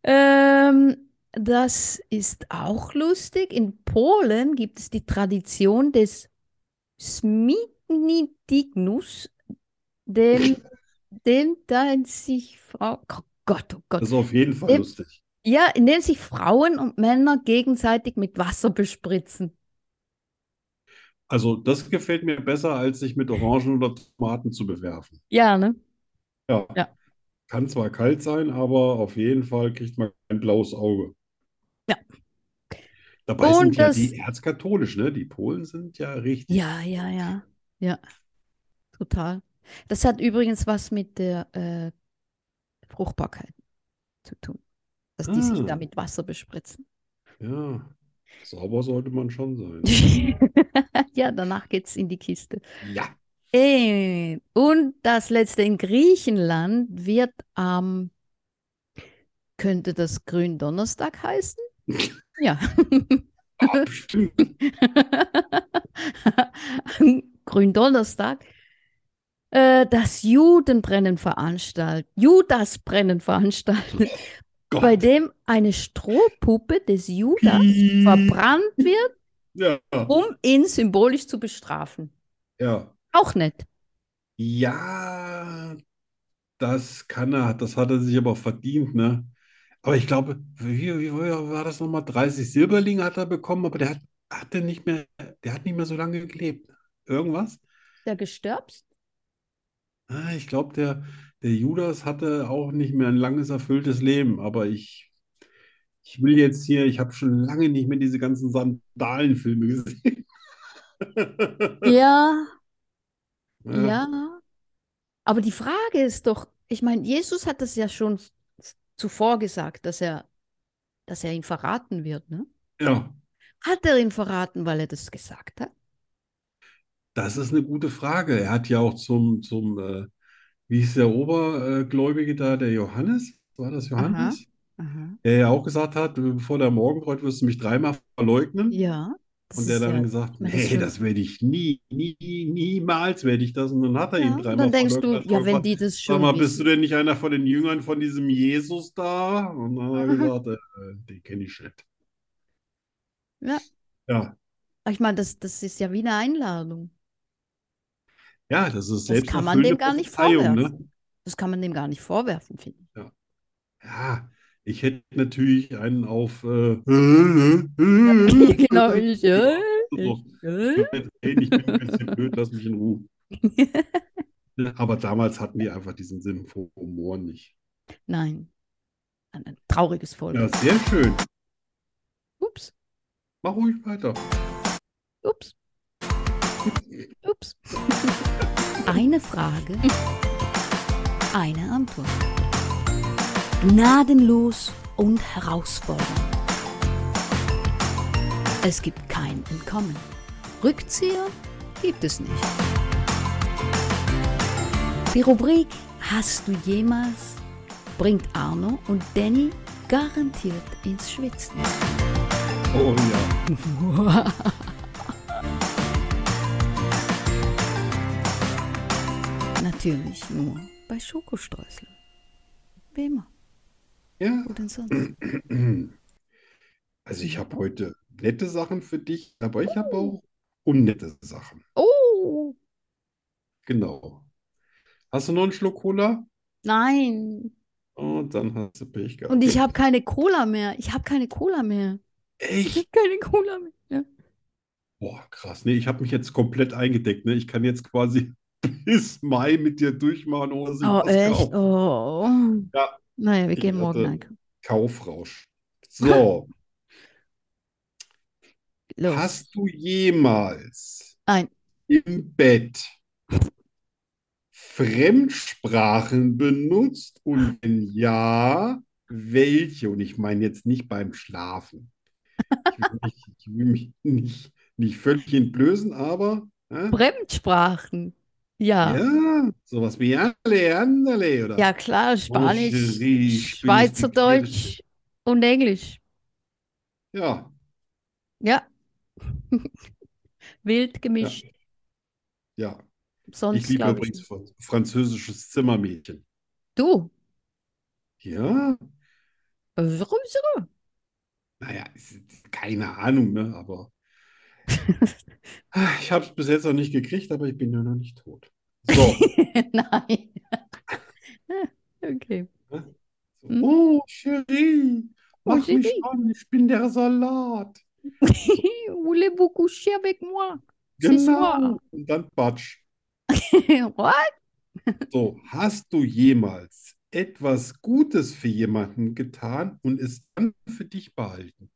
Ähm, das ist auch lustig. In Polen gibt es die Tradition des Smidnidignus, dem, dem dann sich Frau, oh Gott, oh Gott, Das ist auf jeden Fall Ähm, lustig. ja, in dem sich Frauen und Männer gegenseitig mit Wasser bespritzen. Also, das gefällt mir besser, als sich mit Orangen oder Tomaten zu bewerfen. Ja, ne? Ja. Ja. Kann zwar kalt sein, aber auf jeden Fall kriegt man kein blaues Auge. Ja. Dabei Und sind ja das- die erzkatholisch, ne? Die Polen sind ja richtig. Ja, ja, ja, ja, total. Das hat übrigens was mit der äh, Fruchtbarkeit zu tun, dass die sich da Ah. mit Wasser bespritzen. *laughs* Ja. Sauber sollte man schon sein. *laughs* Ja, danach geht's in die Kiste. Ja. Äh, und das letzte in Griechenland wird am, könnte das Gründonnerstag heißen? Ja. Ah, bestimmt. *laughs* Gründonnerstag, äh, das Judenbrennen veranstaltet, Judasbrennen veranstaltet, Gott. bei dem eine Strohpuppe des Judas Piep. verbrannt wird, Ja. um ihn symbolisch zu bestrafen. Ja. Auch nett. Ja, das kann er, das hat er sich aber verdient, ne? Aber ich glaube, wie, wie war das nochmal? 30 Silberlinge hat er bekommen, aber der hat, hat er nicht mehr, der hat nicht mehr so lange gelebt. Irgendwas? Der gestürzt? Ah, Ich glaube, der, der Judas hatte auch nicht mehr ein langes, erfülltes Leben, aber ich, Ich will jetzt hier, ich habe schon lange nicht mehr diese ganzen Sandalenfilme gesehen. *laughs* Ja, ja. Aber die Frage ist doch, ich meine, Jesus hat das ja schon zuvor gesagt, dass er, dass er ihn verraten wird, ne? Ja, Hat er ihn verraten, weil er das gesagt hat? das ist eine gute Frage. Er hat ja auch zum, zum äh, wie ist der Obergläubige da, der Johannes? War das Johannes? Aha. Der ja auch gesagt hat, äh, bevor der Morgen kommt, wirst du mich dreimal verleugnen. Ja. das Und der ist dann ja- gesagt, das nee, ist schon- das werde ich nie, nie, niemals werde ich das. Und dann hat er ihn Ja, dreimal und dann denkst du, verleugnet. ja, wenn die das Sag schon mal, bist du wissen. denn nicht einer von den Jüngern von diesem Jesus da? Und dann hat er gesagt, äh, den kenne ich nicht. Ja. Ja, Ich meine, das, das ist ja wie eine Einladung. ja, das ist Das kann man dem selbsterfüllende gar nicht Prophezeiung, ne? vorwerfen. Das kann man dem gar nicht vorwerfen, *laughs* finde ich. *laughs* Ja, ich hätte natürlich einen auf äh, Genau, ich, äh, *laughs* so, ich, äh. hey, ich bin ein bisschen blöd, lass mich in Ruhe. Aber damals hatten die einfach diesen Sinn für Humor nicht. Nein. Ein, ein trauriges Volk. Ja, sehr schön. Ups, Mach ruhig weiter. *laughs* ups, ups. Eine Frage, eine Antwort. Gnadenlos und herausfordernd. Es gibt kein Entkommen. Rückzieher gibt es nicht. Die Rubrik Hast du jemals bringt Arno und Danny garantiert ins Schwitzen. Oh ja. Natürlich nur bei Schokostreuseln. Wie immer. Ja. Wo denn sonst? Also ich habe heute nette Sachen für dich, aber ich habe auch unnette Sachen. Oh, Genau. Hast du noch einen Schluck Cola? nein. Und dann hast du Pech gehabt. Und ich habe keine Cola mehr. Ich habe keine Cola mehr. Ich Echt? habe keine Cola mehr. Ja. Boah, krass. Nee, ich habe mich jetzt komplett eingedeckt. Ne? Ich kann jetzt quasi *laughs* bis Mai mit dir durchmachen, ohne dass ich Oh, was echt? kaufe. Oh. Ja. Naja, wir Ich gehen morgen hatte- einkaufen. *laughs* Kaufrausch. So, Los. hast du jemals Nein. im Bett Fremdsprachen benutzt? Und wenn ja, welche? Und ich meine jetzt nicht beim Schlafen. Ich will mich, ich will mich nicht, nicht völlig entblößen, aber äh, Fremdsprachen. Ja. ja. ja, sowas wie alle andere oder klar, Manche Spanisch, riechen, ich bin nicht Schweizerdeutsch und Englisch. ja, Ja. *laughs* Wild gemischt. ja. Sonst Ich liebe glaube ich. übrigens fr- französisches Zimmermädchen. Du. Ja, *laughs* Warum naja, ist- keine Ahnung, ne? *laughs* Aber Ah, ich habe es bis jetzt noch nicht gekriegt, aber ich bin ja noch nicht tot. *laughs* So, Nein. *laughs* okay. *laughs* Hm? oh, Chérie, Oh, mach mich Chérie. an, ich bin der Salat. Voulez-vous coucher avec moi? *laughs* C'est Genau. soir. Und dann Batsch. What? So, hast du jemals etwas Gutes für jemanden getan und es dann für dich behalten?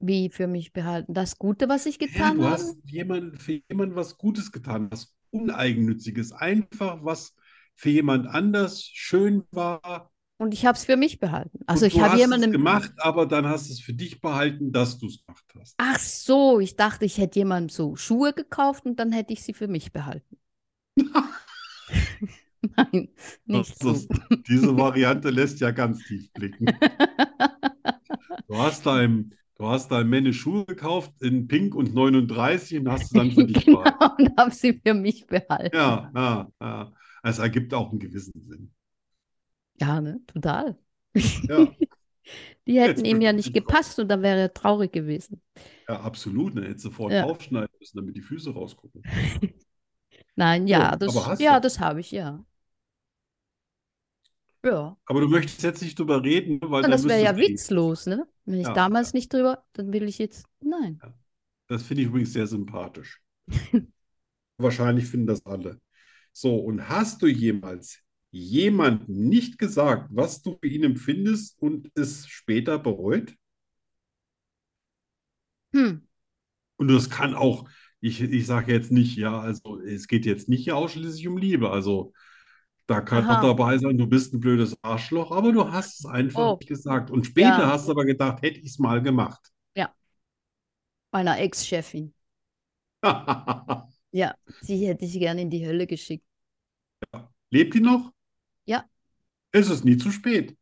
Wie für mich behalten. Das Gute, was ich Ja, getan du habe? hast jemand, für jemanden was Gutes getan, was Uneigennütziges, einfach was für jemand anders schön war. Und ich habe es für mich behalten. Also Und ich du habe hast es jemandem. gemacht, aber dann hast du es für dich behalten, dass du es gemacht hast. Ach so, ich dachte, ich hätte jemandem so Schuhe gekauft und dann hätte ich sie für mich *laughs* behalten. *laughs* Nein, nicht so. Das, das, *laughs* diese Variante lässt ja ganz *laughs* tief blicken. Du hast deinem, du hast deinem Männer Schuhe gekauft in Pink und 39 und hast sie dann *laughs* für dich Genau, behalten. und habe sie für mich behalten. Ja, ja, ja. Es ergibt auch einen gewissen Sinn. Ja, ne? Total. *laughs* Ja, Die hätten Jetzt ihm ja bin nicht ich drauf. gepasst und dann wäre er traurig gewesen. ja absolut. Ne? Hättest sofort Ja. aufschneiden müssen, damit die Füße rausgucken. Nein, ja, Oh, aber das, hast ja, du. das habe ich, ja. Ja. Aber du möchtest jetzt nicht drüber reden, weil Und dann das wäre ja müsstest du- witzlos, ne? Wenn ich Ja, damals nicht drüber, dann will ich jetzt. Nein. Das finde ich übrigens *laughs* sehr sympathisch. Wahrscheinlich finden das alle. So, und hast du jemals jemandem nicht gesagt, was du für ihn empfindest und es später bereut? Hm. Und das kann auch, ich, ich sage jetzt nicht, ja, also es geht jetzt nicht hier ausschließlich um Liebe. Also da kann Aha. auch dabei sein, du bist ein blödes Arschloch, aber du hast es einfach Oh. nicht gesagt. Und später Ja. hast du aber gedacht, hätte ich es mal gemacht. *laughs* Meiner Ex-Chefin. Ja, sie hätte ich gerne in die Hölle *laughs* geschickt. *laughs* Lebt die noch? Ja. Es ist nie zu spät.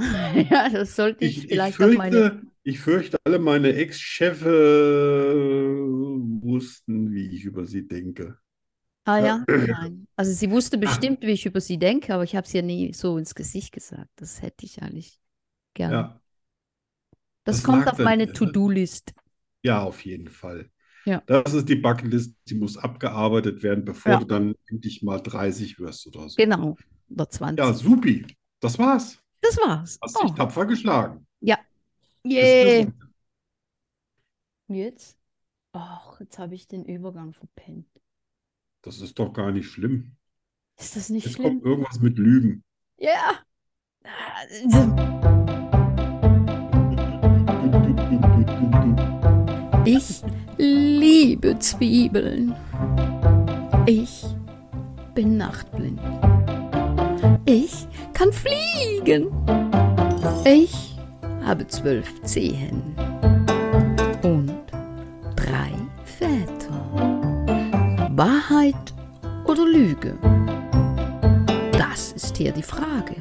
ja, das sollte ich, *laughs* Ich, ich vielleicht auch meine. fürchte, ich fürchte, alle meine Ex-Chefe wussten, wie ich über sie denke. Ah ja, äh, nein. Also sie wusste ah. bestimmt, wie ich über sie denke, aber ich habe es ihr nie so ins Gesicht gesagt. Das hätte ich eigentlich gerne. Ja, das das kommt lag auf an meine dir, ne? To-Do-List. ja, auf jeden Fall. Ja. Das ist die Bucketlist, die muss abgearbeitet werden, bevor Ja. du dann endlich mal 30 wirst oder so. Genau, oder 20. Ja, supi. Das war's. Das war's. Hast dich Oh, tapfer geschlagen. yay. Jetzt? Ach, jetzt habe ich den Übergang verpennt. Das ist doch gar nicht schlimm. Ist das nicht Jetzt schlimm? kommt irgendwas mit Lügen. Ja. Ah, Ich liebe Zwiebeln. Ich bin nachtblind. Ich kann fliegen. Ich habe zwölf Zehen und drei Väter. Wahrheit oder Lüge? Das ist hier die Frage.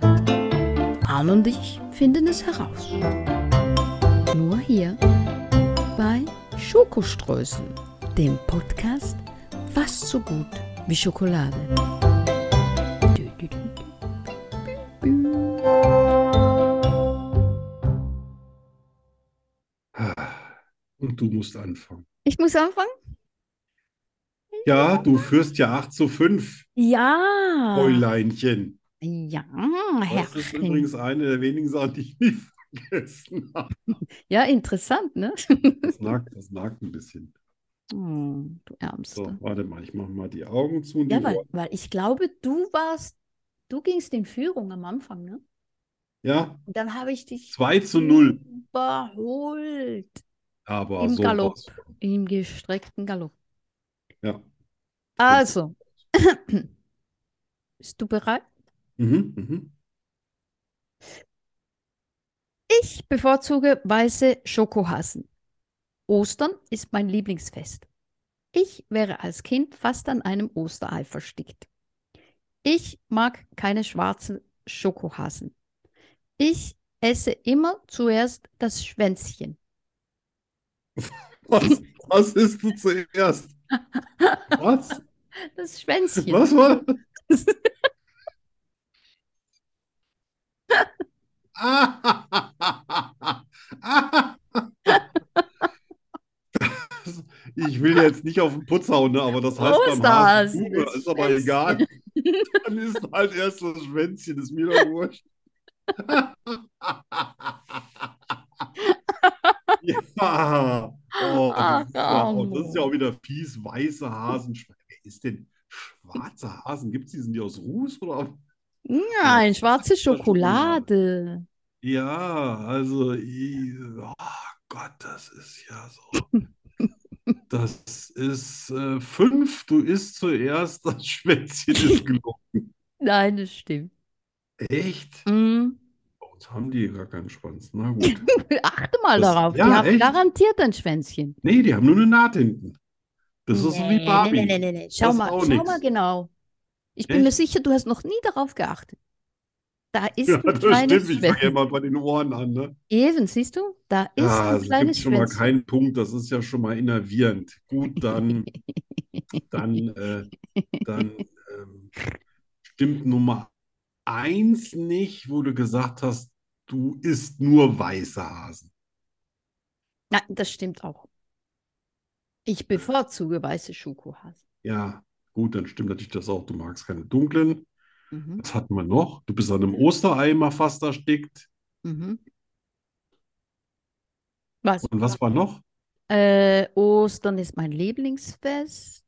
Arne und ich finden es heraus. Nur hier bei Schokoströßen, dem Podcast fast so gut wie Schokolade. Und du musst anfangen. Ich muss anfangen? Ja, du führst ja 8 zu 5, Ja. Fräuleinchen. Ja, Das ist Ah. Herrchen. übrigens eine der wenigen Sachen, die ich nie *laughs* vergessen habe. Ja, interessant, *laughs* ne? Das nagt, das nagt ein bisschen. Oh, du Ärmste. So, warte mal, ich mache mal die Augen zu und die Ja, weil, Ohren. weil ich glaube, du warst, du gingst in Führung am Anfang, ne? Ja, Und dann habe ich dich 2 zu 0. überholt Aber Im so Galopp. was von. im gestreckten Galopp. Ja. Also, *clears throat* bist du bereit? Mhm, mhm. Ich bevorzuge weiße Schokohasen. Ostern ist mein Lieblingsfest. Ich wäre als Kind fast an einem Osterei verstickt. Ich mag keine schwarzen Schokohasen. Ich esse immer zuerst das Schwänzchen. Was, was isst du *laughs* zuerst? Was? Das Schwänzchen. Was war das? *laughs* Ich will jetzt nicht auf den Putz hauen, ne, aber das heißt beim Osterhasen, Hasen Bube, das ist aber Schwänzchen. egal. Dann ist halt erst das Schwänzchen, ist mir doch wurscht. Ja. Oh, Ach, das ist ja auch, das ist ja Arno. auch wieder fies. Weiße Hasen. Schwe- Wer ist denn schwarze Hasen? Gibt es die? Sind die aus Ruß oder? Nein, schwarze Schokolade. Schokolade. Ja, also, i- oh Gott, das ist ja so. Das ist äh, fünf. Du isst zuerst das *laughs* Schwänzchen ist gelogen. Nein, das stimmt. Echt? Mm. Bei uns haben die gar keinen Schwanz. Na gut. Achte mal Das- darauf. Die ja, haben echt. garantiert ein Schwänzchen. Nee, die haben nur eine Naht hinten. Das ist so wie Nee, Barbie. nee, nee, nee, nee. Schau Das ist mal, auch schau nix. mal genau. Ich bin mir sicher, du hast noch nie darauf geachtet. Da ist Ja, ein das kleines stimmt. Ich fange ja Schwänzchen. mal bei den Ohren an, ne? Eben, siehst du? Da ist Ja, ein es gibt kleines schon mal Schwänzchen. keinen Punkt, das ist ja schon mal innervierend. *laughs* Gut, dann, dann, äh, dann ähm, stimmt Nummer eins nicht, wo du gesagt hast, du isst nur weiße Hasen. Nein, das stimmt auch. Ich bevorzuge weiße Schokohasen. Ja, gut, dann stimmt natürlich das auch. Du magst keine dunklen. Mhm, Was hatten wir noch? Du bist an einem Osterei mal fast erstickt. mhm. Was? Und was war noch? Äh, Ostern ist mein Lieblingsfest.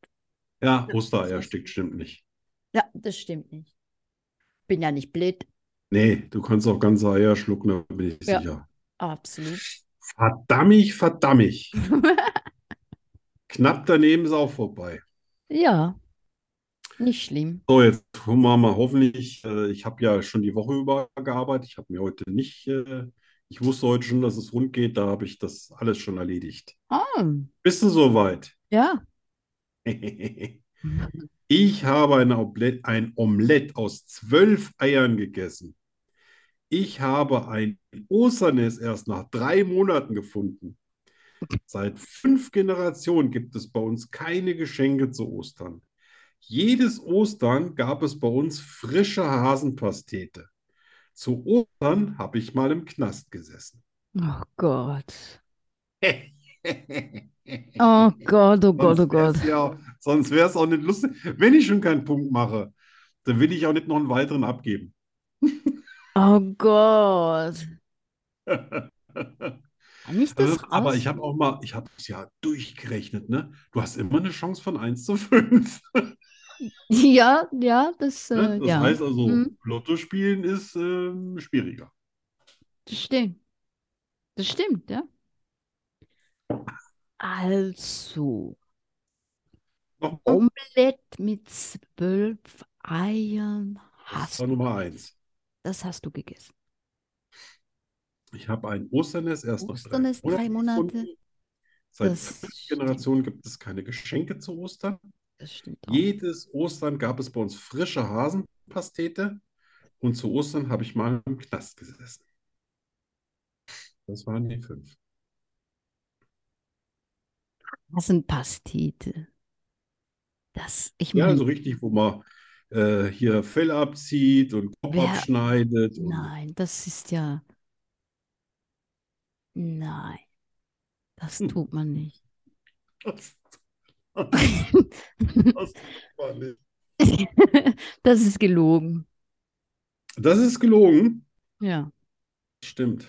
Ja, Osterei erstickt stimmt nicht. Ja, das stimmt nicht. Bin ja nicht blöd. Nee, du kannst auch ganze Eier schlucken, da bin ich Ja. sicher. Absolut. Verdammig, verdammig. Knapp daneben ist auch vorbei. Ja. Nicht schlimm. So, jetzt hoffen wir mal hoffentlich. Äh, ich habe ja schon die Woche über gearbeitet. Ich habe mir heute nicht, äh, ich wusste heute schon, dass es rund geht. Da habe ich das alles schon erledigt. Ah, Bist du soweit? ja. *laughs* Ich habe ein Omelett, ein Omelett aus zwölf Eiern gegessen. Ich habe ein Osternest erst nach drei Monaten gefunden. Seit fünf Generationen gibt es bei uns keine Geschenke zu Ostern. Jedes Ostern gab es bei uns frische Hasenpastete. Zu Ostern habe ich mal im Knast gesessen. *laughs* Oh Gott. Oh Gott, oh Gott, oh Sonst wär's Gott. Ja, sonst wäre es auch nicht lustig. Wenn ich schon keinen Punkt mache, dann will ich auch nicht noch einen weiteren abgeben. Oh Gott. Kann ich das Also, aber ich raus- habe auch mal, ich habe es ja durchgerechnet, ne? Du hast immer eine Chance von 1 zu *laughs* 5. *laughs* Ja, ja, das, Ne? äh, Das ja. heißt also, Mhm. Lotto spielen ist ähm, schwieriger. Das stimmt. Das stimmt, ja. Also, Oh, Nochmal, Omelett mit zwölf Eiern das hast war du. Nummer 1. Das hast du gegessen. Ich habe ein Osternest erst nach drei Osternest, drei Monaten Monate. gefunden. Seit Das fünf stimmt. Generationen gibt es keine Geschenke zu Ostern. Das stimmt auch. Jedes Ostern gab es bei uns frische Hasenpastete und zu Ostern habe ich mal im Knast gesessen. Das waren die fünf. Hasenpastete. Das, ich Ja, meine, also richtig, wo man äh, hier Fell abzieht und Kopf Wer- abschneidet und nein, das ist ja. Nein, das Hm. tut man nicht. *laughs* das, das, war nicht. Das ist gelogen. das ist gelogen. Ja. Stimmt.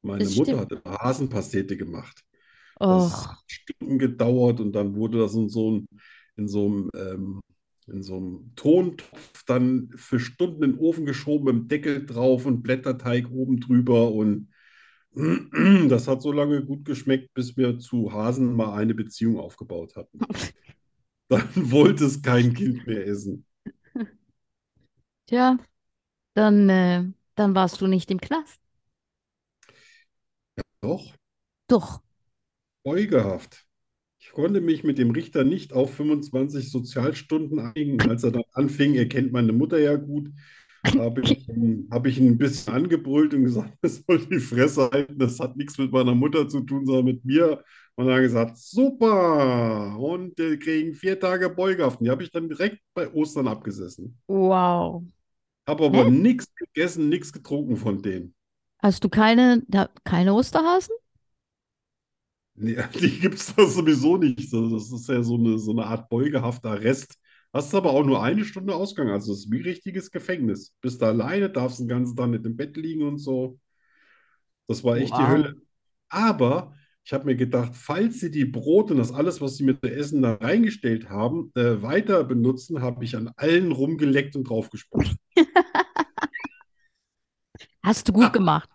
Meine Das Mutter stimmt. hat immer Hasenpastete gemacht. Das Och, hat Stunden gedauert und dann wurde das in so einem, in so einem, ähm, in so einem Tontopf dann für Stunden in den Ofen geschoben, mit dem Deckel drauf und Blätterteig oben drüber und *clears throat* das hat so lange gut geschmeckt, bis wir zu Hasen mal eine Beziehung aufgebaut hatten. Dann wollte es kein Kind mehr essen. tja, dann, äh, dann warst du nicht im Knast. Doch, Doch. beugehaft. Ich konnte mich mit dem Richter nicht auf 25 Sozialstunden einigen. Als er dann anfing, er kennt meine Mutter ja gut, habe ich, ihn- habe ich ihn ein bisschen angebrüllt und gesagt, *laughs* er soll die Fresse halten. Das hat nichts mit meiner Mutter zu tun, sondern mit mir. Und er hat gesagt, super. Und wir kriegen vier Tage Beugehaft. Und Die habe ich dann direkt bei Ostern abgesessen. Wow. Habe aber nichts gegessen, nichts getrunken von denen. Hast du keine, da, keine Osterhasen? Nee, *laughs* die gibt es da sowieso nicht. So, Das ist ja so eine, so eine Art beugehafter Arrest. Hast aber auch nur eine Stunde Ausgang. Also es ist wie richtiges Gefängnis. Bist da alleine, darfst den ganzen Tag nicht im Bett liegen und so. Das war echt die Wow. Hölle. Aber ich habe mir gedacht, falls sie die Brote und das alles, was sie mit zu essen da reingestellt haben, äh, weiter benutzen, habe ich an allen rumgeleckt und draufgespuckt. Hast du gut Ah. gemacht.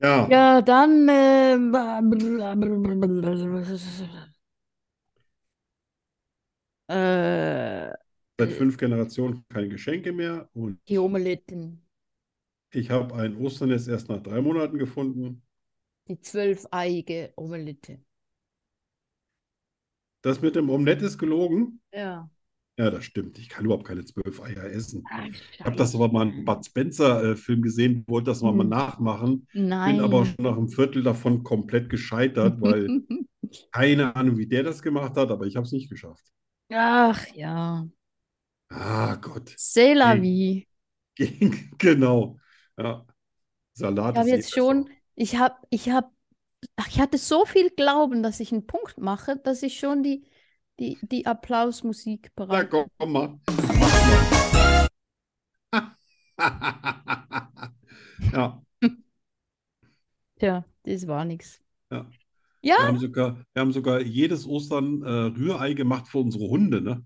Ja, Ja, dann. ähm, Äh, seit fünf Generationen keine Geschenke mehr und die Omeletten, ich habe ein Osternest erst nach drei Monaten gefunden. die zwölfeiige Omelette. Das mit dem Omelett ist gelogen. Ja. Ja, das stimmt. Ich kann überhaupt keine zwölf Eier essen. Ich habe das aber mal in einem Bud Spencer-Film gesehen, wollte das mal, mal Hm. nachmachen, bin Nein. aber schon nach einem Viertel davon komplett *laughs* gescheitert, weil keine Ahnung, wie der das gemacht hat, aber ich habe es nicht geschafft. Ach ja. Ah Gott, *laughs* C'est la Gegen- vie. genau. Ja. Salat Ich habe ist eh jetzt schon, besser. ich habe, ich habe, ach, ich hatte so viel Glauben, dass ich einen Punkt mache, dass ich schon die, die, die Applausmusik Na bereit. komm, komm *laughs* mal. *laughs* Mach mal. Ja, Tja, das war nichts. ja. Ja. Wir haben sogar, wir haben sogar jedes Ostern äh, Rührei gemacht für unsere Hunde, ne?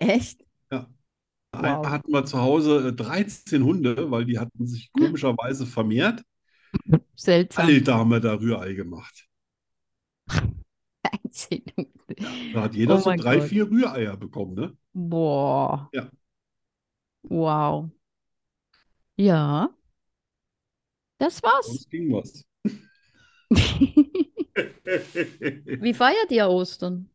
Echt? Einmal hatten wir zu Hause äh, 13 Hunde, weil die hatten sich Hm. komischerweise vermehrt. *laughs* Seltsam. Alle da haben wir da Rührei gemacht. Einzeln. Da hat jeder Oh so mein drei, Gott. vier Rühreier bekommen, ne? Boah. Ja. Wow. Ja. Das war's. Sonst ging was. *laughs* Wie feiert ihr Ostern?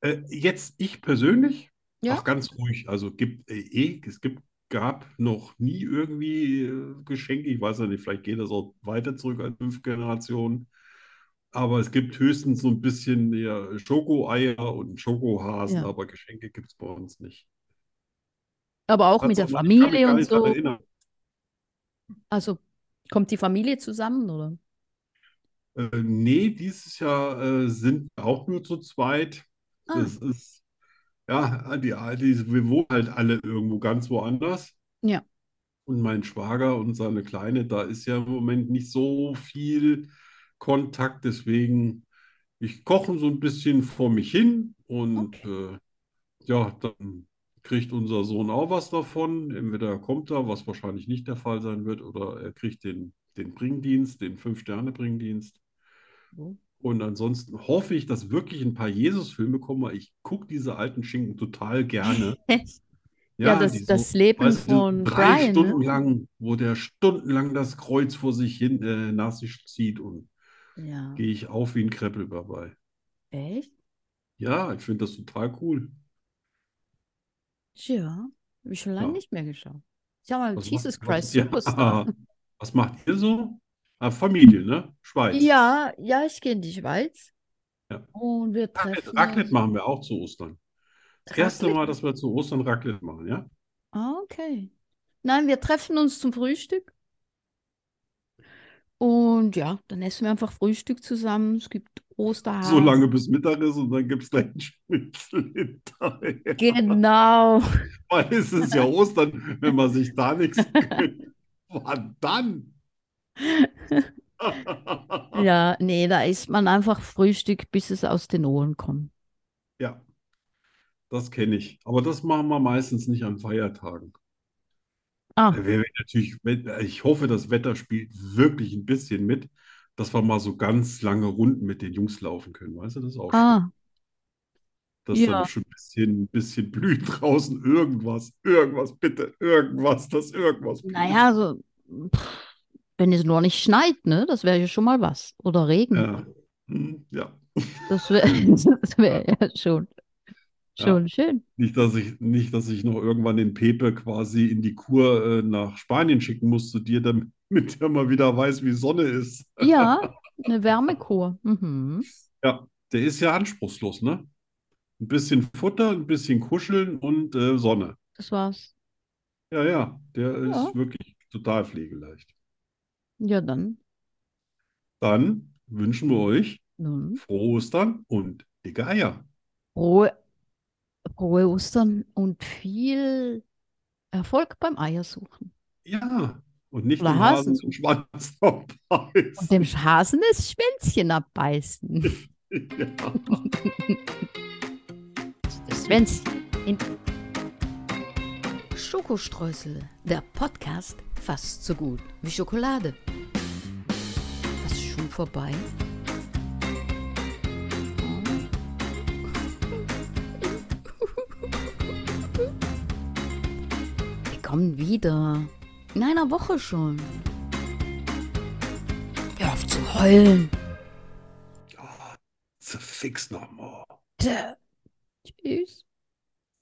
Äh, jetzt ich persönlich, Ja. auch ganz ruhig. Also gibt äh, eh, es gibt, gab noch nie irgendwie äh, Geschenke. Ich weiß ja nicht, vielleicht geht das auch weiter zurück als fünf Generationen. Aber es gibt höchstens so ein bisschen ja, Schokoeier und Schokohasen, Ja. aber Geschenke gibt es bei uns nicht. Aber auch Hat's mit der auch mal- ich Also, kann mich Familie gar und nicht dran so. erinnern. Also kommt die Familie zusammen, oder? Äh, nee, dieses Jahr äh, sind wir auch nur zu zweit. Ah. Das ist, ja, die, die, wir wohnen halt alle irgendwo ganz woanders. Ja. Und mein Schwager und seine Kleine, da ist ja im Moment nicht so viel Kontakt, deswegen ich koche so ein bisschen vor mich hin und äh, ja, dann kriegt unser Sohn auch was davon. Entweder kommt er, was wahrscheinlich nicht der Fall sein wird, oder er kriegt den, den Bringdienst, den Fünf-Sterne-Bringdienst. Mhm. Und ansonsten hoffe ich, dass wirklich ein paar Jesus-Filme kommen, weil ich gucke diese alten Schinken total gerne. *laughs* Ja, das, die so- das Leben Weißt du, von drei Brian, Stunden ne? lang, wo der stundenlang das Kreuz vor sich hin äh, nach sich zieht und Ja. gehe ich auf wie ein Kreppel dabei. Echt? Ja, ich finde das total cool. Ja. Hab ich schon lange Ja. nicht mehr geschaut. Ich habe mal Was Jesus macht, Christ was, ja, *laughs* ah, Superstar. was macht ihr so? Ah, Familie, ne? Schweiz. Ja, ja, ich gehe in die Schweiz. Ja. Und wir Raclette, treffen Raclette uns. machen wir auch zu Ostern. Das erste Raclette? Mal, dass wir zu Ostern Raclette machen, ja? Ah, okay. Nein, wir treffen uns zum Frühstück. Und ja, dann essen wir einfach Frühstück zusammen. Es gibt Osterhasen. So lange bis Mittag ist und dann gibt es gleich einen Schnitzel hinterher. Genau. Weil es ist ja Ostern, wenn man sich *laughs* da nichts gönnt. Wann dann? Ah. Ja, nee, da isst man einfach Frühstück, bis es aus den Ohren kommt. Ja, das kenne ich. Aber das machen wir meistens nicht an Feiertagen. Ah, Wir werden natürlich, ich hoffe, das Wetter spielt wirklich ein bisschen mit, dass wir mal so ganz lange Runden mit den Jungs laufen können. Weißt du, das ist auch Oh, schön. ah, dass Ja. dann schon ein bisschen, ein bisschen blüht *laughs* draußen. Irgendwas, irgendwas, bitte, irgendwas, dass irgendwas blüht. naja, so, pff, wenn es nur nicht schneit, ne, das wäre ja schon mal was. Oder Regen. Ja. Hm, ja. Das wäre *laughs* das wär ja schon, Ja. schon schön. Nicht, dass ich, nicht, dass ich noch irgendwann den Pepe quasi in die Kur äh, nach Spanien schicken muss zu dir, damit *laughs* er mal wieder weiß, wie Sonne ist. *laughs* Ja, eine Wärmekur. Mhm. Der ist ja anspruchslos, ne? Ein bisschen Futter, ein bisschen Kuscheln und äh, Sonne. Das war's. Ja, ja, der ist Ja. wirklich total pflegeleicht. Ja, dann. Dann wünschen wir euch Nun. frohe Ostern und dicke Eier. Frohe, frohe Ostern und viel Erfolg beim Eiersuchen. Ja, und nicht Oder den Hasen. Hasen zum Schwanz abbeißen. Und dem Hasen das Schwänzchen abbeißen. Ja. Das Schwänzchen. Schokostreusel, der Podcast fast so gut wie Schokolade. Was ist schon vorbei? Wir kommen wieder. In einer Woche schon. Hör auf zu heulen. Zerfix nochmal. Tschüss.